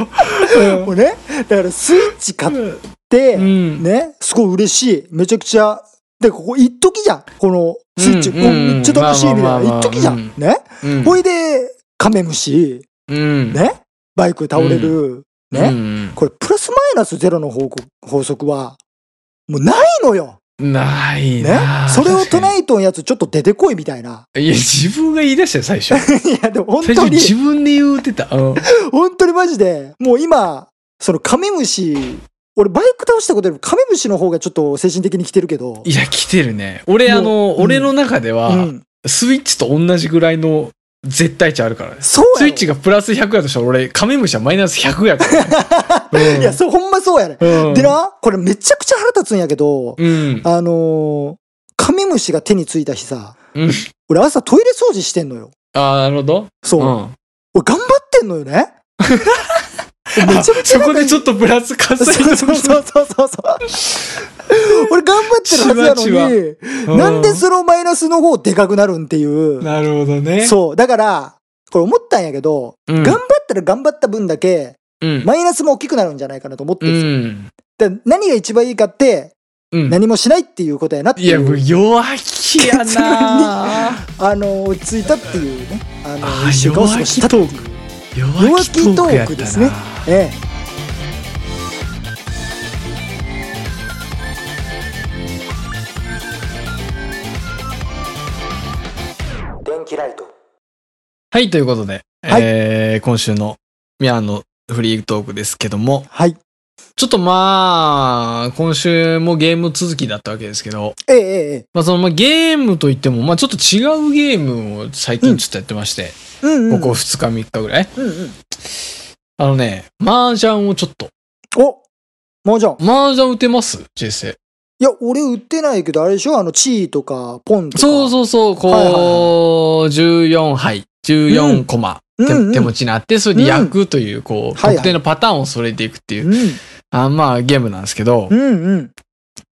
[SPEAKER 1] ド。
[SPEAKER 2] もうね、だからスイッチ買っ
[SPEAKER 1] う
[SPEAKER 2] て、
[SPEAKER 1] ん。
[SPEAKER 2] ね、すごい嬉しい。めちゃくちゃ、で、ここ、一時じゃん。この、スイッチ、
[SPEAKER 1] うん
[SPEAKER 2] もうめっちゃ楽しいみ
[SPEAKER 1] まあ
[SPEAKER 2] たい
[SPEAKER 1] まあまあまあ
[SPEAKER 2] な。一時じゃ
[SPEAKER 1] うん
[SPEAKER 2] ん。ね。
[SPEAKER 1] うん
[SPEAKER 2] ほいで、カメムシ、
[SPEAKER 1] うん。
[SPEAKER 2] ね、バイク倒れる、ね。
[SPEAKER 1] うん
[SPEAKER 2] これ、プラスマイナスゼロの法則法則は、もうないのよ
[SPEAKER 1] ない
[SPEAKER 2] ね
[SPEAKER 1] な、
[SPEAKER 2] それを
[SPEAKER 1] 確か
[SPEAKER 2] 唱えとんやつちょっと出てこいみたいな。
[SPEAKER 1] にいや、自分が言い出したよ、最初。
[SPEAKER 2] いや、でも 本
[SPEAKER 1] 最
[SPEAKER 2] 当
[SPEAKER 1] 初
[SPEAKER 2] に、
[SPEAKER 1] 自分で言うてた。うん。
[SPEAKER 2] 本当にマジで、もう今、そのカメムシ、俺バイク倒したことよりカメムシの方がちょっと精神的に来てるけど、
[SPEAKER 1] いや、来てるね。俺、あ
[SPEAKER 2] も
[SPEAKER 1] の、
[SPEAKER 2] ううん
[SPEAKER 1] 俺の中では、
[SPEAKER 2] うん、
[SPEAKER 1] スイッチと同じぐらいの絶対値あるからね。
[SPEAKER 2] そうやろ
[SPEAKER 1] スイッチがプラス100やとしたら、俺、カメムシはマイナス100やから、ね。
[SPEAKER 2] いや、そう、ほんまそうやね。
[SPEAKER 1] うん、うん
[SPEAKER 2] で、な、これめちゃくちゃ腹立つんやけど、
[SPEAKER 1] うん。
[SPEAKER 2] あのーカメムシが手についた日さ、
[SPEAKER 1] うん
[SPEAKER 2] 俺朝トイレ掃除してんのよ。
[SPEAKER 1] ああ、なるほど。
[SPEAKER 2] そう。
[SPEAKER 1] うん。
[SPEAKER 2] 俺頑張ってんのよね。 めちゃめちゃ
[SPEAKER 1] そ
[SPEAKER 2] 仲
[SPEAKER 1] こ
[SPEAKER 2] いい
[SPEAKER 1] でちょっとプラス活性
[SPEAKER 2] そうそうそうそう そうそう。俺頑張ってるはずやのに、なんでそのマイナスの方でかくなるんっていう。
[SPEAKER 1] なるほどね。
[SPEAKER 2] そう。だから、これ思ったんやけど、
[SPEAKER 1] うん。
[SPEAKER 2] 頑張ったら頑張った分だけ、
[SPEAKER 1] うん。
[SPEAKER 2] マイナスも大きくなるんじゃないかなと思って
[SPEAKER 1] う
[SPEAKER 2] るんですよ
[SPEAKER 1] ん。
[SPEAKER 2] だから何が一番いいかって、
[SPEAKER 1] うん。
[SPEAKER 2] 何もしないっていうことやなって
[SPEAKER 1] い
[SPEAKER 2] い
[SPEAKER 1] や、もう
[SPEAKER 2] う、
[SPEAKER 1] 弱気やな
[SPEAKER 2] あの、落ち着いたっていうね、あ
[SPEAKER 1] あ
[SPEAKER 2] の、
[SPEAKER 1] ー
[SPEAKER 2] 一週間を過ごしたっていう
[SPEAKER 1] 弱気。弱気トークやったな
[SPEAKER 2] 弱気トークですねええ。電気ライト。
[SPEAKER 1] はい、ということで、
[SPEAKER 2] はい
[SPEAKER 1] えー、今週のミャンのフリートークですけども、
[SPEAKER 2] はい。
[SPEAKER 1] ちょっとまあ、今週もゲーム続きだったわけですけど、
[SPEAKER 2] えええええ
[SPEAKER 1] まあそのまあゲームといっても、まあちょっと違うゲームを最近ちょっとやってまして、
[SPEAKER 2] え。うんうん。
[SPEAKER 1] ここ2日3日ぐらい。
[SPEAKER 2] うんうん。
[SPEAKER 1] あのね、麻雀をちょっと。
[SPEAKER 2] おマージャン。
[SPEAKER 1] 麻雀打てます人生。
[SPEAKER 2] いや、俺売ってないけど、あれでしょあの、チーとか、ポンとか。
[SPEAKER 1] そうそうそう、こう、
[SPEAKER 2] はいはい
[SPEAKER 1] 14杯、14コマ、
[SPEAKER 2] うんうんうん
[SPEAKER 1] 手手持ちにあって、それで焼くという、こう、
[SPEAKER 2] はいはい
[SPEAKER 1] 特定のパターンをそれていくっていう、
[SPEAKER 2] うん。
[SPEAKER 1] あまあゲームなんですけど、
[SPEAKER 2] うんうん。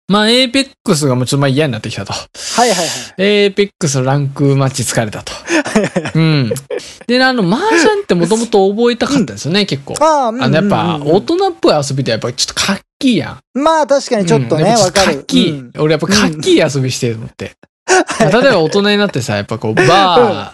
[SPEAKER 1] まあ、エーペックスがもうちょっとまあ嫌になってきたと。
[SPEAKER 2] はいはいはい。
[SPEAKER 1] エーペックスのランクマッチ疲れ たと。うん。で、あの、マージャンってもともと覚えたかったんですよね、結構。
[SPEAKER 2] ああ、うんうんうん
[SPEAKER 1] あの、やっぱ、大人っぽい遊びってやっぱちょっとかっきいやん。
[SPEAKER 2] まあ、確かにちょっと
[SPEAKER 1] うん
[SPEAKER 2] ね、
[SPEAKER 1] やぱ
[SPEAKER 2] わか
[SPEAKER 1] か
[SPEAKER 2] る
[SPEAKER 1] っ。きい。
[SPEAKER 2] うん
[SPEAKER 1] 俺やっぱかっきい遊びしてるのって。例えば大人になってさ、やっぱこう、バ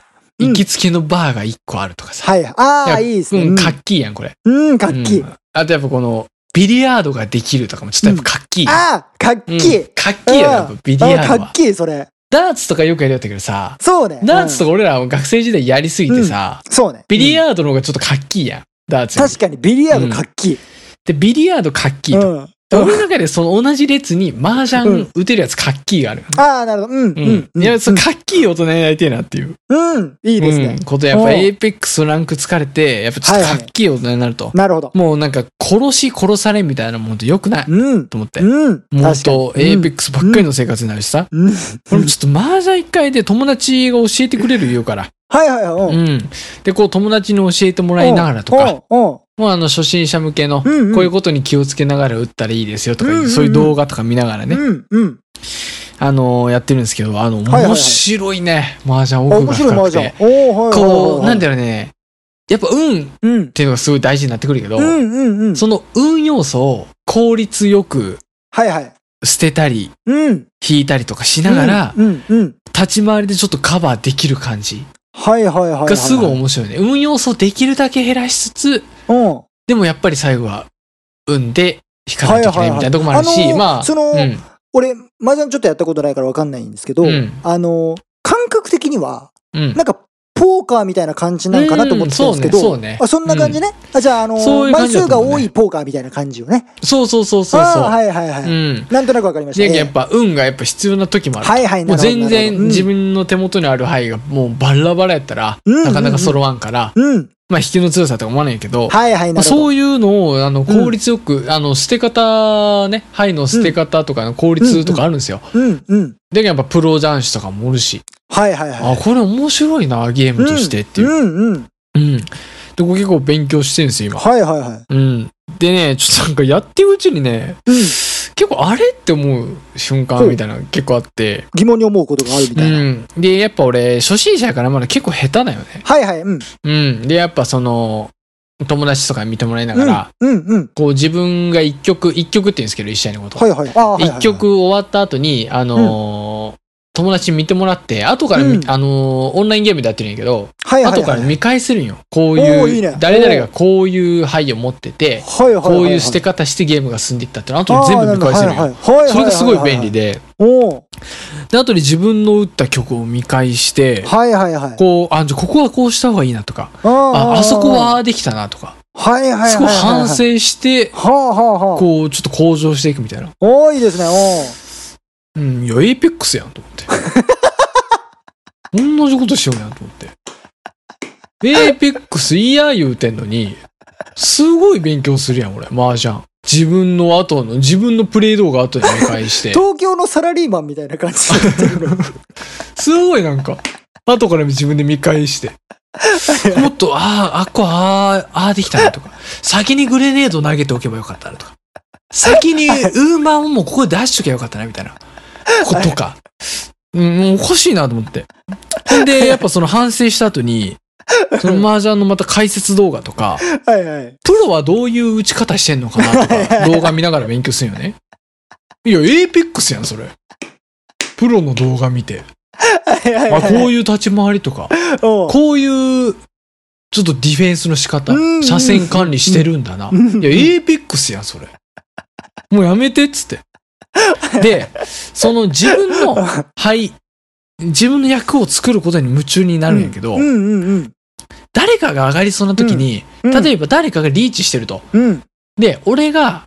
[SPEAKER 1] ー、
[SPEAKER 2] うん
[SPEAKER 1] 行きつけのバーが1個あるとかさ。
[SPEAKER 2] はい。ああ、
[SPEAKER 1] や
[SPEAKER 2] いいですね。
[SPEAKER 1] う、
[SPEAKER 2] うんん
[SPEAKER 1] かっきいやん、これ。
[SPEAKER 2] うん、かっき
[SPEAKER 1] う
[SPEAKER 2] い。
[SPEAKER 1] んあとやっぱこの、ビリヤードができるとかもちょっとやっぱかっきいやん。
[SPEAKER 2] ああ、かっき
[SPEAKER 1] うん
[SPEAKER 2] い。
[SPEAKER 1] かっきいやん、やっぱビリヤ
[SPEAKER 2] あ
[SPEAKER 1] ー
[SPEAKER 2] あ
[SPEAKER 1] ド
[SPEAKER 2] か
[SPEAKER 1] は
[SPEAKER 2] っ。きい、それ。
[SPEAKER 1] ダーツとかよくやるやったけどさ、
[SPEAKER 2] そうね。
[SPEAKER 1] ダーツと
[SPEAKER 2] うん
[SPEAKER 1] か俺ら学生時代やりすぎてさ、
[SPEAKER 2] そうね。
[SPEAKER 1] ビリ
[SPEAKER 2] ー
[SPEAKER 1] ヤードの方がちょっとかっきいやん。ダーツより
[SPEAKER 2] 確かに、ビリヤードかっきい。
[SPEAKER 1] で、ビリヤードかっきいと。
[SPEAKER 2] うん。
[SPEAKER 1] で俺の中でその同じ列に麻
[SPEAKER 2] う
[SPEAKER 1] 雀
[SPEAKER 2] ん
[SPEAKER 1] 打てるやつかっきいがある。
[SPEAKER 2] ああ、なるほど。うん、う
[SPEAKER 1] うん
[SPEAKER 2] ん。。
[SPEAKER 1] いや、そのかっきい大人になりてえなっていう。
[SPEAKER 2] うん、いいですね
[SPEAKER 1] うん。ことやっぱ
[SPEAKER 2] おう
[SPEAKER 1] エーペックスのランク疲れて、やっぱちょっとかっきい大人になると。
[SPEAKER 2] なるほど。
[SPEAKER 1] もうなんか殺し殺されみたいなもんって良くない
[SPEAKER 2] うん。
[SPEAKER 1] と思って。
[SPEAKER 2] うん。
[SPEAKER 1] もっ
[SPEAKER 2] 確かに
[SPEAKER 1] とエーペックスばっかりの生活になるしさ。
[SPEAKER 2] うん。
[SPEAKER 1] 俺もちょっと麻雀一回で友達が教えてくれる言うから。
[SPEAKER 2] はいはいはい。
[SPEAKER 1] う
[SPEAKER 2] うん
[SPEAKER 1] ん。で、こう友達に教えてもらいながらとか。
[SPEAKER 2] うん。
[SPEAKER 1] もうあの初心者向けの、こう
[SPEAKER 2] うんうん
[SPEAKER 1] いうことに気をつけながら打ったらいいですよとかいう、
[SPEAKER 2] うんうんうん
[SPEAKER 1] そういう動画とか見ながら
[SPEAKER 2] う
[SPEAKER 1] ね、
[SPEAKER 2] ん。うん。
[SPEAKER 1] あのーやってるんですけど、あの、
[SPEAKER 2] はいはい
[SPEAKER 1] 面白いね、麻雀
[SPEAKER 2] あ
[SPEAKER 1] 奥が
[SPEAKER 2] 面白い
[SPEAKER 1] 深く
[SPEAKER 2] マージャン
[SPEAKER 1] て。。
[SPEAKER 2] おーはいはいはいはい。
[SPEAKER 1] こう、なんだろうね、やっぱ運っ
[SPEAKER 2] うん。
[SPEAKER 1] ていうのがすごい大事になってくるけど、
[SPEAKER 2] うんうんうん。
[SPEAKER 1] その運要素を効率よく
[SPEAKER 2] はいはい。
[SPEAKER 1] 捨てたり、
[SPEAKER 2] うん。
[SPEAKER 1] 引いたりとかしながら、
[SPEAKER 2] うんうん。
[SPEAKER 1] 立ち回りでちょっとカバーできる感じ
[SPEAKER 2] はいはいはいはいはい。
[SPEAKER 1] がすごい面白いね。運要素できるだけ減らしつつ、
[SPEAKER 2] うん。
[SPEAKER 1] でもやっぱり最後は運で引かないといけないみたいなとこもあるし、
[SPEAKER 2] のー
[SPEAKER 1] まあ、
[SPEAKER 2] その、
[SPEAKER 1] うん
[SPEAKER 2] 俺、麻雀ちょっとやったことないからわかんないんですけど、
[SPEAKER 1] うん
[SPEAKER 2] あの、感覚的には、
[SPEAKER 1] うん
[SPEAKER 2] なんか、ポーカーみたいな感じなんかなと思ってたんですけど、
[SPEAKER 1] うんそうねそうね
[SPEAKER 2] あそんな感じね。あじゃあ、あの
[SPEAKER 1] そういう感
[SPEAKER 2] 枚
[SPEAKER 1] じだ
[SPEAKER 2] 数
[SPEAKER 1] と
[SPEAKER 2] が
[SPEAKER 1] 思うね
[SPEAKER 2] 多いポーカーみたいな感じよね。
[SPEAKER 1] そうそうそうそう
[SPEAKER 2] あ
[SPEAKER 1] そ
[SPEAKER 2] ー
[SPEAKER 1] う。
[SPEAKER 2] はいはいはい。
[SPEAKER 1] うん。
[SPEAKER 2] なんとなくわかりました。
[SPEAKER 1] で、
[SPEAKER 2] ええ
[SPEAKER 1] やっぱ運がやっぱ必要な時もある。
[SPEAKER 2] はいはい、
[SPEAKER 1] も
[SPEAKER 2] な
[SPEAKER 1] う
[SPEAKER 2] るほ
[SPEAKER 1] 全
[SPEAKER 2] ど
[SPEAKER 1] 然自、分の手元にある範囲がもうバラバラやったら、
[SPEAKER 2] うん
[SPEAKER 1] なかなか揃わんから、
[SPEAKER 2] なるほどうん。
[SPEAKER 1] まあ引きの強さとか思わないけど、
[SPEAKER 2] はいはい、
[SPEAKER 1] ま
[SPEAKER 2] な
[SPEAKER 1] あ、
[SPEAKER 2] るほど。
[SPEAKER 1] そういうのをあの効率よく、あの捨て方ね、範囲の捨て方とかの効率とかあるんですよ。
[SPEAKER 2] うんうん。
[SPEAKER 1] で、やっぱプロ雀士とかもおるし、
[SPEAKER 2] はいはいはい。
[SPEAKER 1] あ、これ面白いな、ゲームとしてっていう。
[SPEAKER 2] うんうんうん。
[SPEAKER 1] うん。で、これ結構勉強してるんですよ、今。
[SPEAKER 2] はいはいは
[SPEAKER 1] う
[SPEAKER 2] い。
[SPEAKER 1] ん。でね、ちょっとなんかやってるうちにね、
[SPEAKER 2] うん
[SPEAKER 1] 結構あれって思う瞬間みたいなの結構あって、
[SPEAKER 2] 疑問に思うことがあるみ
[SPEAKER 1] う
[SPEAKER 2] たいな。
[SPEAKER 1] ん。で、やっぱ俺、初心者やからまだ結構下手だよね。
[SPEAKER 2] はいはい、うん。
[SPEAKER 1] うん。で、やっぱその、友達とかに見てもらいながら、
[SPEAKER 2] うんうん。
[SPEAKER 1] こう自分が一曲、一曲って言うんですけど、一試合のこと。
[SPEAKER 2] はいはい。あーはいはいはい
[SPEAKER 1] 一曲終わった後に、あのー友達に見てもらって、後から見、
[SPEAKER 2] うん
[SPEAKER 1] あのーオンラインゲームでやってるんやけど、
[SPEAKER 2] はいはい
[SPEAKER 1] 後から見返せるんよ。こう
[SPEAKER 2] おーい
[SPEAKER 1] い、
[SPEAKER 2] いうね
[SPEAKER 1] 誰々がこういう牌を持ってて、
[SPEAKER 2] はいはいはい
[SPEAKER 1] こういう捨て方してゲームが進んでいったっていうの、後で全部見返せるんよ。
[SPEAKER 2] よ
[SPEAKER 1] それがすごい便利で、
[SPEAKER 2] おー
[SPEAKER 1] で、後で自分の打った曲を見返して、
[SPEAKER 2] はいはいはい
[SPEAKER 1] こう、あ、じゃあここはこうした方がいいなとか、あ、あそこはできたなとか、
[SPEAKER 2] はいはいはいはい
[SPEAKER 1] すごい反省して、
[SPEAKER 2] はあはあはあ
[SPEAKER 1] こう、ちょっと向上していくみたいな。
[SPEAKER 2] おーいいですねお
[SPEAKER 1] うん、いや、エイペックスやんと思って。 同じことしようやんと思って。エイペックスいいや言うてんのに、すごい勉強するやん、俺、麻雀。自分の後の、自分のプレイ動画後で見返して
[SPEAKER 2] ー。東京のサラリーマンみたい な感じになってる
[SPEAKER 1] すごいなんか、後から自分で見返して。もっと、ああ、あっこ、ああ、ああできたなとか。先にグレネード投げておけばよかったなとか。先にウーマンをもうここで出しとけばよかったなみたいなことか。うん、おかしいなと思って。ほんで、やっぱその反省した後に、その麻雀のまた解説動画とか、
[SPEAKER 2] はいはい
[SPEAKER 1] プロはどういう打ち方してんのかなとか、動画見ながら勉強するよね。いや、エイペックスやん、それ。プロの動画見て。
[SPEAKER 2] はいはい
[SPEAKER 1] あ、
[SPEAKER 2] はい
[SPEAKER 1] こういう立ち回りとか、
[SPEAKER 2] おー
[SPEAKER 1] こういう、ちょっとディフェンスの仕方
[SPEAKER 2] うんう、ん
[SPEAKER 1] 車線管理してるんだな。
[SPEAKER 2] うん
[SPEAKER 1] いや、エイペックスやん、それ。もうやめてっ、つって。で、その自分のはい自分の役を作ることに夢中になるんやけど、
[SPEAKER 2] うんうんうん
[SPEAKER 1] 誰かが上がりそうな時に、
[SPEAKER 2] うん
[SPEAKER 1] 例えば誰かがリーチしてると。
[SPEAKER 2] うん
[SPEAKER 1] で、俺が、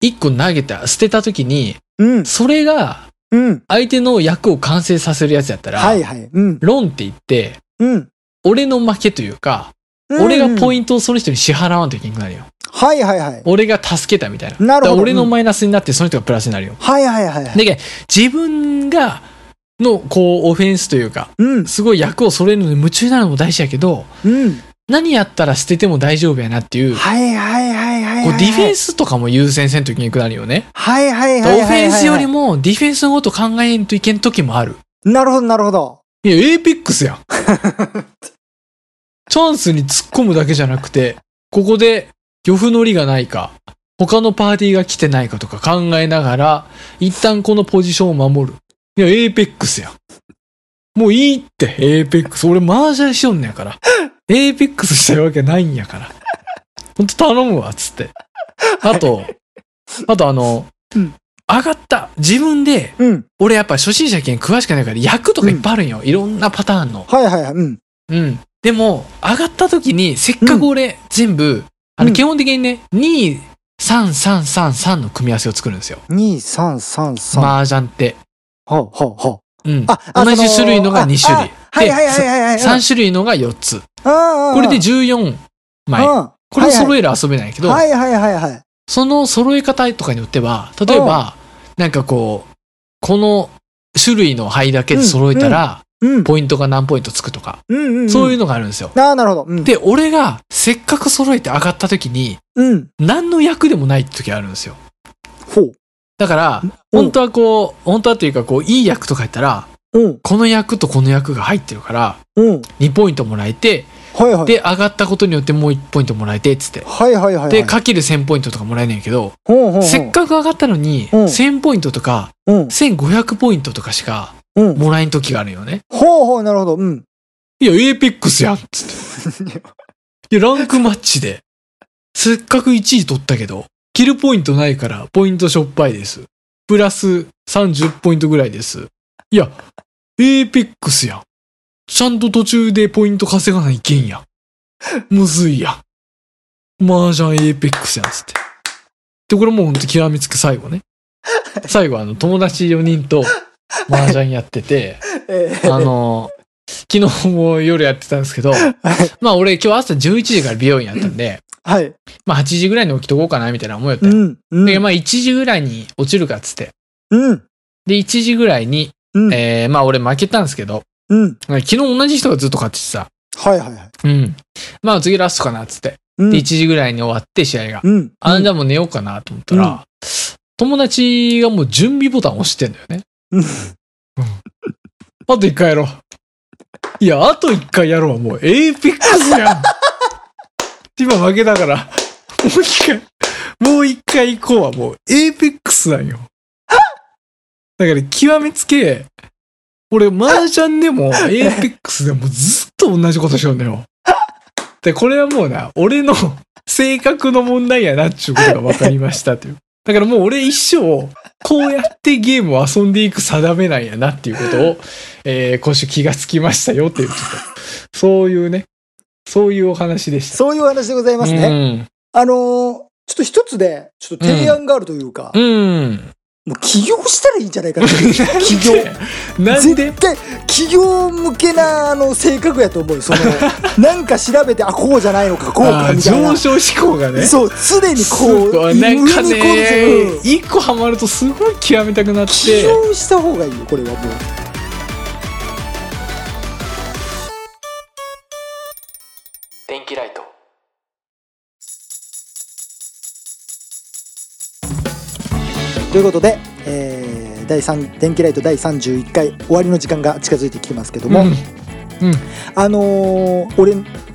[SPEAKER 1] 一個投げた、捨てた時に、
[SPEAKER 2] うん
[SPEAKER 1] それが
[SPEAKER 2] うん
[SPEAKER 1] 相手の役を完成させるやつやったら、
[SPEAKER 2] はいはいうん
[SPEAKER 1] ロンって言って、
[SPEAKER 2] うん
[SPEAKER 1] 俺の負けというか、俺がポイ
[SPEAKER 2] ント
[SPEAKER 1] ントをその人に支払わんといけなくなるよ。
[SPEAKER 2] はいはいはい
[SPEAKER 1] 俺が助けたみたいな。だ
[SPEAKER 2] なるほど
[SPEAKER 1] から俺のマイナスになって、その人がプラスになるよ。
[SPEAKER 2] はいはいはいはい
[SPEAKER 1] だけど自分が、の、こう、オフェンスというか、
[SPEAKER 2] うん
[SPEAKER 1] すごい役を揃えるのに夢中になるのも大事やけど、
[SPEAKER 2] うん
[SPEAKER 1] 何やったら捨てても大丈夫やなっていう、こ
[SPEAKER 2] はいはいはいはいはいう
[SPEAKER 1] ディフェンスとかも優先せんといけなくなるよね。
[SPEAKER 2] はいはい
[SPEAKER 1] オ
[SPEAKER 2] はいはいはい
[SPEAKER 1] フェンスよりもディフェンスのこと考えんといけん時もある。
[SPEAKER 2] なるほどなるほど
[SPEAKER 1] いや、エイペック スやん。チャンスに突っ込むだけじゃなくて、ここで漁夫の利がないか、他のパーティーが来てないかとか考えながら、一旦このポジションを守る。いや、エイペックスやん。もういいって、エイペックス。俺麻雀しよんねや から。エイペックスしたいわけないんやから。ほんと頼むわ、つって。あと、あとあの、
[SPEAKER 2] うん
[SPEAKER 1] 上がった自分で、
[SPEAKER 2] うん
[SPEAKER 1] 俺やっぱ初心者兼詳しくないから役とかいっぱいあるんよ、いろんなパターンの
[SPEAKER 2] はいはいはいうん
[SPEAKER 1] うんでも上がった時にせっかく俺全部、あ
[SPEAKER 2] う
[SPEAKER 1] の
[SPEAKER 2] ん
[SPEAKER 1] 基本的にね23333の組み合わせを作るんですよ
[SPEAKER 2] 二三三三は
[SPEAKER 1] 麻雀って、
[SPEAKER 2] あはあは
[SPEAKER 1] うん、
[SPEAKER 2] ああ
[SPEAKER 1] 同じ
[SPEAKER 2] その
[SPEAKER 1] 種類のが2種類
[SPEAKER 2] ああはいはいはいはいはい
[SPEAKER 1] 3種類のが4つ
[SPEAKER 2] ああ
[SPEAKER 1] これで14枚
[SPEAKER 2] うん
[SPEAKER 1] これを揃える遊べないけど、
[SPEAKER 2] はいはいはいはい
[SPEAKER 1] その揃え方とかによっては例えばなんかこうこの種類の牌だけで揃えたら、
[SPEAKER 2] うん
[SPEAKER 1] ポイントが何ポイントつくとか、
[SPEAKER 2] うんうん
[SPEAKER 1] そういう
[SPEAKER 2] う
[SPEAKER 1] のがあるんですよ。
[SPEAKER 2] ああなるほどうん
[SPEAKER 1] で、俺がせっかく揃えて上がった時に、
[SPEAKER 2] うん
[SPEAKER 1] 何の役でもない時あるんですよ。
[SPEAKER 2] ほう
[SPEAKER 1] だから、本当はこう、本当はというか、こう、いい役とか言ったら、
[SPEAKER 2] うん
[SPEAKER 1] この役とこの役が入ってるから、
[SPEAKER 2] うん
[SPEAKER 1] 2ポイントもらえて、
[SPEAKER 2] はいはい
[SPEAKER 1] で、上がったことによってもう1ポイントもらえて、つって。
[SPEAKER 2] はいはいはい
[SPEAKER 1] で、かける1000ポイントとかもらえねんけど、
[SPEAKER 2] ほうほう
[SPEAKER 1] せっかく上がったのに、
[SPEAKER 2] うん
[SPEAKER 1] 1000ポイントとか、
[SPEAKER 2] くうん
[SPEAKER 1] 1500ポイントとかしか
[SPEAKER 2] うん
[SPEAKER 1] もらえん時があるよね。
[SPEAKER 2] ほうほうなるほ どうん
[SPEAKER 1] いや、エーペックスやん、つって。いや、ランクマッチで、せっかく1位取ったけど、キルポイントないから、ポイントしょっぱいです。プラス30ポイントぐらいです。いや、エーペックスやん。ちゃんと途中でポイント稼がないけんやん。むずいやん。麻雀エーペックスやん、つって。で、これもうほんと極めつく最後ね。最後、あの、友達4人と麻雀やってて、
[SPEAKER 2] ええ
[SPEAKER 1] あの、昨日も夜やってたんですけど、まあ俺今日朝11時から美容院やったんで、
[SPEAKER 2] はい
[SPEAKER 1] まあ8時ぐらいに起きとこうかなみたいな思いよった
[SPEAKER 2] う
[SPEAKER 1] よ。
[SPEAKER 2] んうん
[SPEAKER 1] で、まあ1時ぐらいに落ちるかっつって。
[SPEAKER 2] うん
[SPEAKER 1] で、1時ぐらいに、
[SPEAKER 2] うん
[SPEAKER 1] えー、まあ俺負けたんですけど、
[SPEAKER 2] うん
[SPEAKER 1] 昨日同じ人がずっと勝っててさ、
[SPEAKER 2] はいはいはい
[SPEAKER 1] うん。まあ次ラストかなっつって。
[SPEAKER 2] うん
[SPEAKER 1] で、1時ぐらいに終わって試合が。
[SPEAKER 2] うん
[SPEAKER 1] あんじゃあもう寝ようかなと思ったら、
[SPEAKER 2] うん
[SPEAKER 1] 友達がもう準備ボタン押してんだよね。
[SPEAKER 2] うん
[SPEAKER 1] あと一回やろう。いや、あと一回やろうはもうエイペックスやん。今負けだから、もう一回、もう一回行こうはもうエイペックスなんよ。だから極めつけ、俺、麻雀でも、エーペックスでもずっと同じことしようんだよ。で、これはもうな、俺の性格の問題やなっちゅうことが分かりましたという。だからもう俺一生、こうやってゲームを遊んでいく定めなんやなっていうことを、えー、今週気がつきましたよっていう、ちょっと、そういうね、そういうお話でした。
[SPEAKER 2] そういうお話でございますね。あのーちょっと一つで、ちょっと提案があるというか、
[SPEAKER 1] うん。うん。
[SPEAKER 2] もう起業したらいいんじゃないかな。起業。
[SPEAKER 1] なんで
[SPEAKER 2] 絶対、企業向けな、あの、性格やと思う よ。その、なんか調べて、あ、こうじゃないのか、こう
[SPEAKER 1] あ
[SPEAKER 2] か、
[SPEAKER 1] ー
[SPEAKER 2] みたいな
[SPEAKER 1] 上。昇志向がね。
[SPEAKER 2] そう、常にこう、
[SPEAKER 1] そうなんか
[SPEAKER 2] 上にこう
[SPEAKER 1] ね
[SPEAKER 2] うん
[SPEAKER 1] 一個ハマるとすごい極めたくなって
[SPEAKER 2] 起業した方がいいよ、これはもう。
[SPEAKER 3] 電気ライト
[SPEAKER 2] ということで、えー第3電気ライト第31回終わりの時間が近づいてきてますけど
[SPEAKER 1] う
[SPEAKER 2] も、
[SPEAKER 1] ん
[SPEAKER 2] あのー俺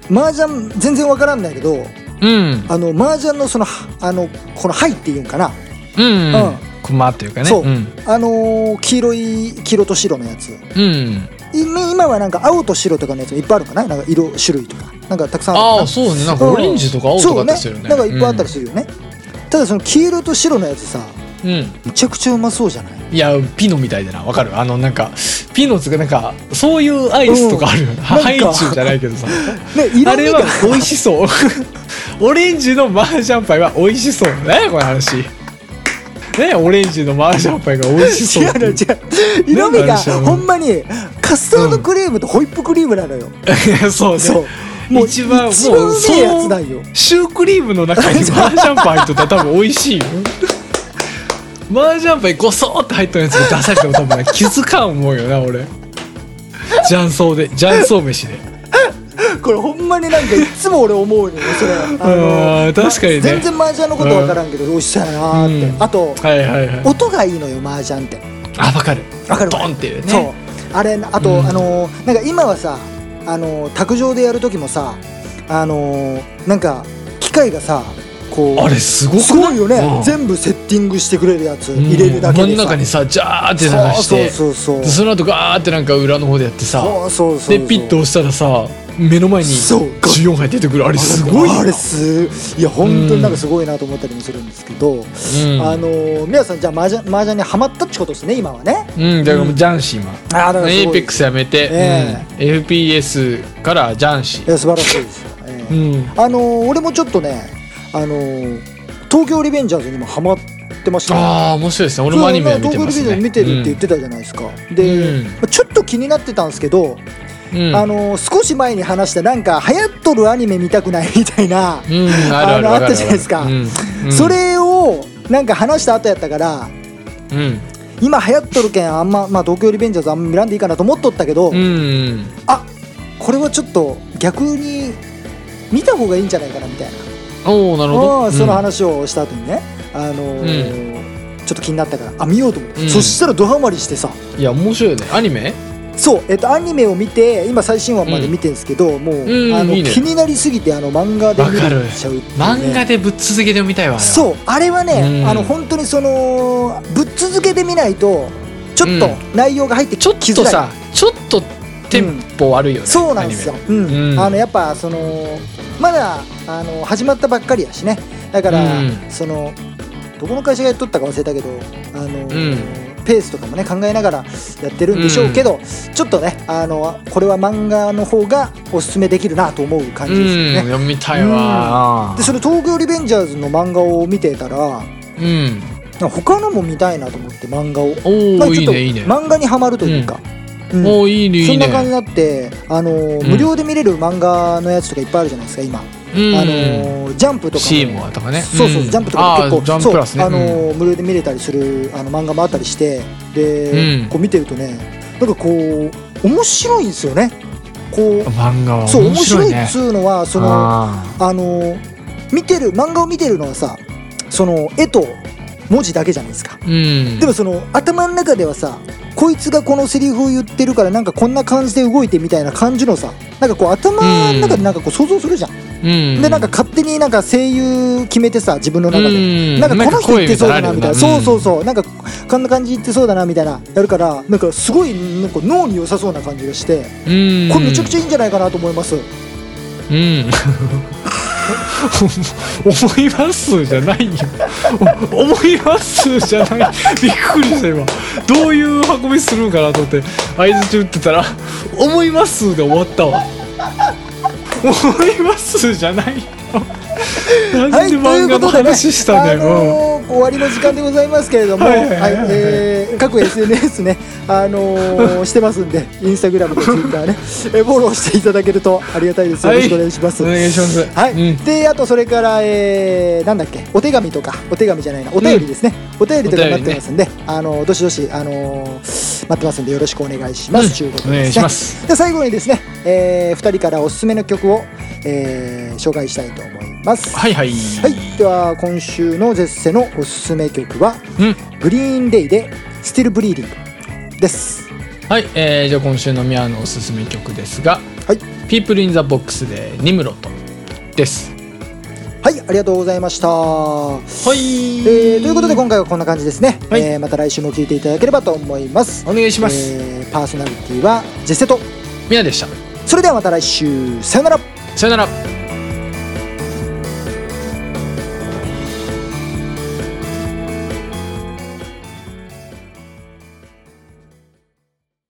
[SPEAKER 2] 麻雀全然わからんないけど
[SPEAKER 1] うん
[SPEAKER 2] あの麻雀のそのはあのこの「ハイ」っていうんかな、
[SPEAKER 1] うん
[SPEAKER 2] うん
[SPEAKER 1] コマというかね
[SPEAKER 2] そうんあのー黄色い黄色と白のやつ
[SPEAKER 1] うん
[SPEAKER 2] 今今はなんか青と白とかのやつもいっぱいあるのかななんか色種類とかなんかたくさんあるの
[SPEAKER 1] あ
[SPEAKER 2] か
[SPEAKER 1] あ
[SPEAKER 2] な
[SPEAKER 1] そうねなんかオレンジとか青とかあったりするよね
[SPEAKER 2] そうなんかいっぱいあったり
[SPEAKER 1] す
[SPEAKER 2] するよね、ただその黄色と白のやつさ
[SPEAKER 1] るうん
[SPEAKER 2] むちゃくちゃうまそうじゃない
[SPEAKER 1] いやピノみたいだなわかるあのなんかピノつうかなんかそういうアイスとかあるよな
[SPEAKER 2] うん
[SPEAKER 1] ハイチュウじゃないけどさ
[SPEAKER 2] ね色
[SPEAKER 1] あ
[SPEAKER 2] 味
[SPEAKER 1] れ
[SPEAKER 2] が
[SPEAKER 1] は美味し そうオレンジのマージャンパイは美味しそう何やこの話ねオレンジのマージャンパイが美味しそう
[SPEAKER 2] 違
[SPEAKER 1] っ
[SPEAKER 2] う
[SPEAKER 1] て
[SPEAKER 2] の
[SPEAKER 1] い
[SPEAKER 2] 違
[SPEAKER 1] う
[SPEAKER 2] う色味が
[SPEAKER 1] なんかあるでしょ
[SPEAKER 2] ほんまにカスタードクリームとホイップクリームなのよ、
[SPEAKER 1] そうね
[SPEAKER 2] そう
[SPEAKER 1] 一番
[SPEAKER 2] 一番
[SPEAKER 1] もう
[SPEAKER 2] うめえやつなんよ
[SPEAKER 1] シュークリームの中にマージャンパン入っとったら多分美味しい よマージャンパンごそーって入っとるやつ出されても多分ね気づかん思うよな俺雀荘で雀荘飯で
[SPEAKER 2] これほんまになんかいつも俺思うのよ それあ
[SPEAKER 1] うん確かにね
[SPEAKER 2] 全然麻雀のことわからんけど美味しそうやなーって、
[SPEAKER 1] うん
[SPEAKER 2] あと
[SPEAKER 1] はいはいはい
[SPEAKER 2] 音がいいのよ麻雀って
[SPEAKER 1] あ分かる
[SPEAKER 2] わかる
[SPEAKER 1] ドンっていうね
[SPEAKER 2] そうあれあと、
[SPEAKER 1] うん
[SPEAKER 2] あのーなんか今はさあのー卓上でやる時もさあのーなんか機械がさこう
[SPEAKER 1] あれすごくない
[SPEAKER 2] すごいよね、
[SPEAKER 1] うん
[SPEAKER 2] 全部セッティングしてくれるやつ入れるだけ
[SPEAKER 1] うん真
[SPEAKER 2] で
[SPEAKER 1] ん
[SPEAKER 2] さ、
[SPEAKER 1] 中にさジャーって流して
[SPEAKER 2] そうそうそう
[SPEAKER 1] でその後ガーってなんか裏の方でやってさ
[SPEAKER 2] そうそうそう
[SPEAKER 1] でピッと押したらさ目の前に
[SPEAKER 2] そう
[SPEAKER 1] 14杯出てくるあれすごいよ
[SPEAKER 2] あれすいや本当
[SPEAKER 1] うん
[SPEAKER 2] になんかすごいなと思ったりもするんですけど、
[SPEAKER 1] うん
[SPEAKER 2] あのー皆さんじゃあ麻雀麻雀にハマったってことですね今はね
[SPEAKER 1] うんだからもうジャンシー今
[SPEAKER 2] ああだ
[SPEAKER 1] エイペックス
[SPEAKER 2] い
[SPEAKER 1] やめて、
[SPEAKER 2] え
[SPEAKER 1] うん FPS からジャンシー、
[SPEAKER 2] や素晴らしいですよ、ええ
[SPEAKER 1] うん、
[SPEAKER 2] あのー俺もちょっとねあのー東京リベンジャーズにもハマってましたね
[SPEAKER 1] ああ面白いですね俺もアニメは見てますね
[SPEAKER 2] そう東京リベンジャーズ見てるって言ってたじゃないですか、で、
[SPEAKER 1] うん
[SPEAKER 2] まあちょっと気になってたんですけど、
[SPEAKER 1] うん、うん
[SPEAKER 2] あのー少し前に話したなんか流行っとるアニメ見たくないみたいな、
[SPEAKER 1] うんあるある
[SPEAKER 2] あの
[SPEAKER 1] わかるわかる
[SPEAKER 2] あったじゃないですか
[SPEAKER 1] うんうん
[SPEAKER 2] それをなんか話した後やったから
[SPEAKER 1] うん
[SPEAKER 2] 今流行っとるけんあんま、まあ、東京リベンジャーズあんま見らんでいいかなと思っとったけど、
[SPEAKER 1] うん
[SPEAKER 2] これはちょっと逆に見た方がいいんじゃないかなみたいな
[SPEAKER 1] おおなるほ
[SPEAKER 2] う
[SPEAKER 1] ど
[SPEAKER 2] んその話をした後にね、あのーちょっと気になったからあ見ようと思って、
[SPEAKER 1] うん
[SPEAKER 2] そしたらドハマりしてさ
[SPEAKER 1] うんいや面白いよねアニメ
[SPEAKER 2] そう、えっと、アニメを見て今最新話まで見てるんですけど、もう、
[SPEAKER 1] うん
[SPEAKER 2] あの
[SPEAKER 1] いいね
[SPEAKER 2] 気になりすぎてあの漫画で見れちゃうっていうね、
[SPEAKER 1] 漫画でぶっ続けてみたいわあれは
[SPEAKER 2] そうあれはね、
[SPEAKER 1] うん
[SPEAKER 2] あの本当にそのぶっ続けてみないとちょっと内容が入って
[SPEAKER 1] ちょっ
[SPEAKER 2] きづ
[SPEAKER 1] と
[SPEAKER 2] らい、
[SPEAKER 1] さちょっとテンポ悪いよね、
[SPEAKER 2] そうなんですよ
[SPEAKER 1] アニ、
[SPEAKER 2] うん
[SPEAKER 1] うん
[SPEAKER 2] あのやっぱそのまだあの始まったばっかりやしねだから、
[SPEAKER 1] うん
[SPEAKER 2] そのどこの会社がやっとったか忘れたけどあの、
[SPEAKER 1] ん
[SPEAKER 2] ペースとかもね考えながらやってるんでしょうけど、ちょっとねあのこれは漫画の方がおすすめできるなと思う感じ
[SPEAKER 1] メ
[SPEAKER 2] ですよ
[SPEAKER 1] うん
[SPEAKER 2] ね。
[SPEAKER 1] 読みたいわ
[SPEAKER 2] でその「東京リベンジャーズ」の漫画を見てたら
[SPEAKER 1] うん
[SPEAKER 2] 他のも見たいなと思って漫画を。
[SPEAKER 1] お
[SPEAKER 2] まあ
[SPEAKER 1] お
[SPEAKER 2] ち
[SPEAKER 1] い
[SPEAKER 2] ょっ
[SPEAKER 1] い
[SPEAKER 2] と
[SPEAKER 1] ねいいね
[SPEAKER 2] 漫画にはまるというか、うん
[SPEAKER 1] おおいいねい
[SPEAKER 2] そ
[SPEAKER 1] い
[SPEAKER 2] ん
[SPEAKER 1] ね
[SPEAKER 2] な感じになって、あのー
[SPEAKER 1] うん
[SPEAKER 2] 無料で見れる漫画のやつとかいっぱいあるじゃないですか今、
[SPEAKER 1] うん
[SPEAKER 2] あのージャンプとかも
[SPEAKER 1] シーモアとかね
[SPEAKER 2] そうそう、
[SPEAKER 1] ん
[SPEAKER 2] ジャンプとかも
[SPEAKER 1] あー
[SPEAKER 2] 結
[SPEAKER 1] ジャ
[SPEAKER 2] 構
[SPEAKER 1] ンプ
[SPEAKER 2] そう
[SPEAKER 1] プラスね
[SPEAKER 2] あのー無料で見れたりするあの漫画もあったりしてで、
[SPEAKER 1] うん
[SPEAKER 2] こう見てるとねなんかこう面白いんですよねこう
[SPEAKER 1] 漫画は
[SPEAKER 2] そう
[SPEAKER 1] 面
[SPEAKER 2] 面
[SPEAKER 1] 白
[SPEAKER 2] 白
[SPEAKER 1] い
[SPEAKER 2] い
[SPEAKER 1] ね
[SPEAKER 2] っつうのはそのあ
[SPEAKER 1] あ
[SPEAKER 2] のー見てる漫画を見てるのはさその絵と文字だけじゃないですか
[SPEAKER 1] ーうん
[SPEAKER 2] でもその頭の中ではさこいつがこのセリフを言ってるからなんかこんな感じで動いてみたいな感じのさなんかこう頭の中でなんかこう想像するじゃん、
[SPEAKER 1] うん。
[SPEAKER 2] でなんか勝手になんか声優決めてさ自分の中で、
[SPEAKER 1] うん
[SPEAKER 2] なんかこの人言ってそうだなみたいなそうそう
[SPEAKER 1] う。
[SPEAKER 2] そうなんかこんな感じ言ってそうだなみたいなやるからなんかすごいなんか脳に良さそうな感じがして
[SPEAKER 1] うん。
[SPEAKER 2] これめちゃくちゃいいんじゃないかなと思います
[SPEAKER 1] うん。 思いますじゃないよ。 お思いますじゃない。びっくりした今。どういう運びするんかなと思って、相槌打ってたら、思いますで終わったわ。思いますじゃないよ。な
[SPEAKER 2] は
[SPEAKER 1] ん
[SPEAKER 2] い
[SPEAKER 1] で
[SPEAKER 2] とい
[SPEAKER 1] 漫
[SPEAKER 2] う
[SPEAKER 1] 画
[SPEAKER 2] こ
[SPEAKER 1] の
[SPEAKER 2] とでね
[SPEAKER 1] 話したんだ
[SPEAKER 2] あ
[SPEAKER 1] よ。
[SPEAKER 2] のー終わりの時間でございますけれども
[SPEAKER 1] は
[SPEAKER 2] はい
[SPEAKER 1] はいはいはい
[SPEAKER 2] いえー各 SNS ねあの ーしてますんでインスタグラムとツイッターねえーフォローしていただけるとありがたいですよろしくお願いします
[SPEAKER 1] お願いします。
[SPEAKER 2] はい、
[SPEAKER 1] うん
[SPEAKER 2] であとそれから、えー、なんだっけお手紙とかお手紙じゃないなお便りですね、お便りとか待ってますんで、あのどしどし、あのー待ってますんでよろしくお願いします、
[SPEAKER 1] うん
[SPEAKER 2] ということ
[SPEAKER 1] お
[SPEAKER 2] でね
[SPEAKER 1] 願いします。
[SPEAKER 2] で最後にですね、え2人からおすすめの曲を、えー紹介したいと思います
[SPEAKER 1] はいはい。
[SPEAKER 2] はい、では今週のゼッセのおすすめ曲は
[SPEAKER 1] うん。
[SPEAKER 2] グリーンデイで「スティルブリーディングです
[SPEAKER 1] はい、えー、じゃあ今週のミアのおすすめ曲ですが、
[SPEAKER 2] はい、
[SPEAKER 1] People in the Box でニムロトです。
[SPEAKER 2] はいありがとうございました、
[SPEAKER 1] はい、
[SPEAKER 2] えーということで今回はこんな感じですね、
[SPEAKER 1] はい
[SPEAKER 2] えーまた来週も聴いていただければと思います
[SPEAKER 1] お願いします。
[SPEAKER 2] えーパーソナリティはジェセト
[SPEAKER 1] ミアでした。
[SPEAKER 2] それではまた来週さよなら
[SPEAKER 1] さよなら。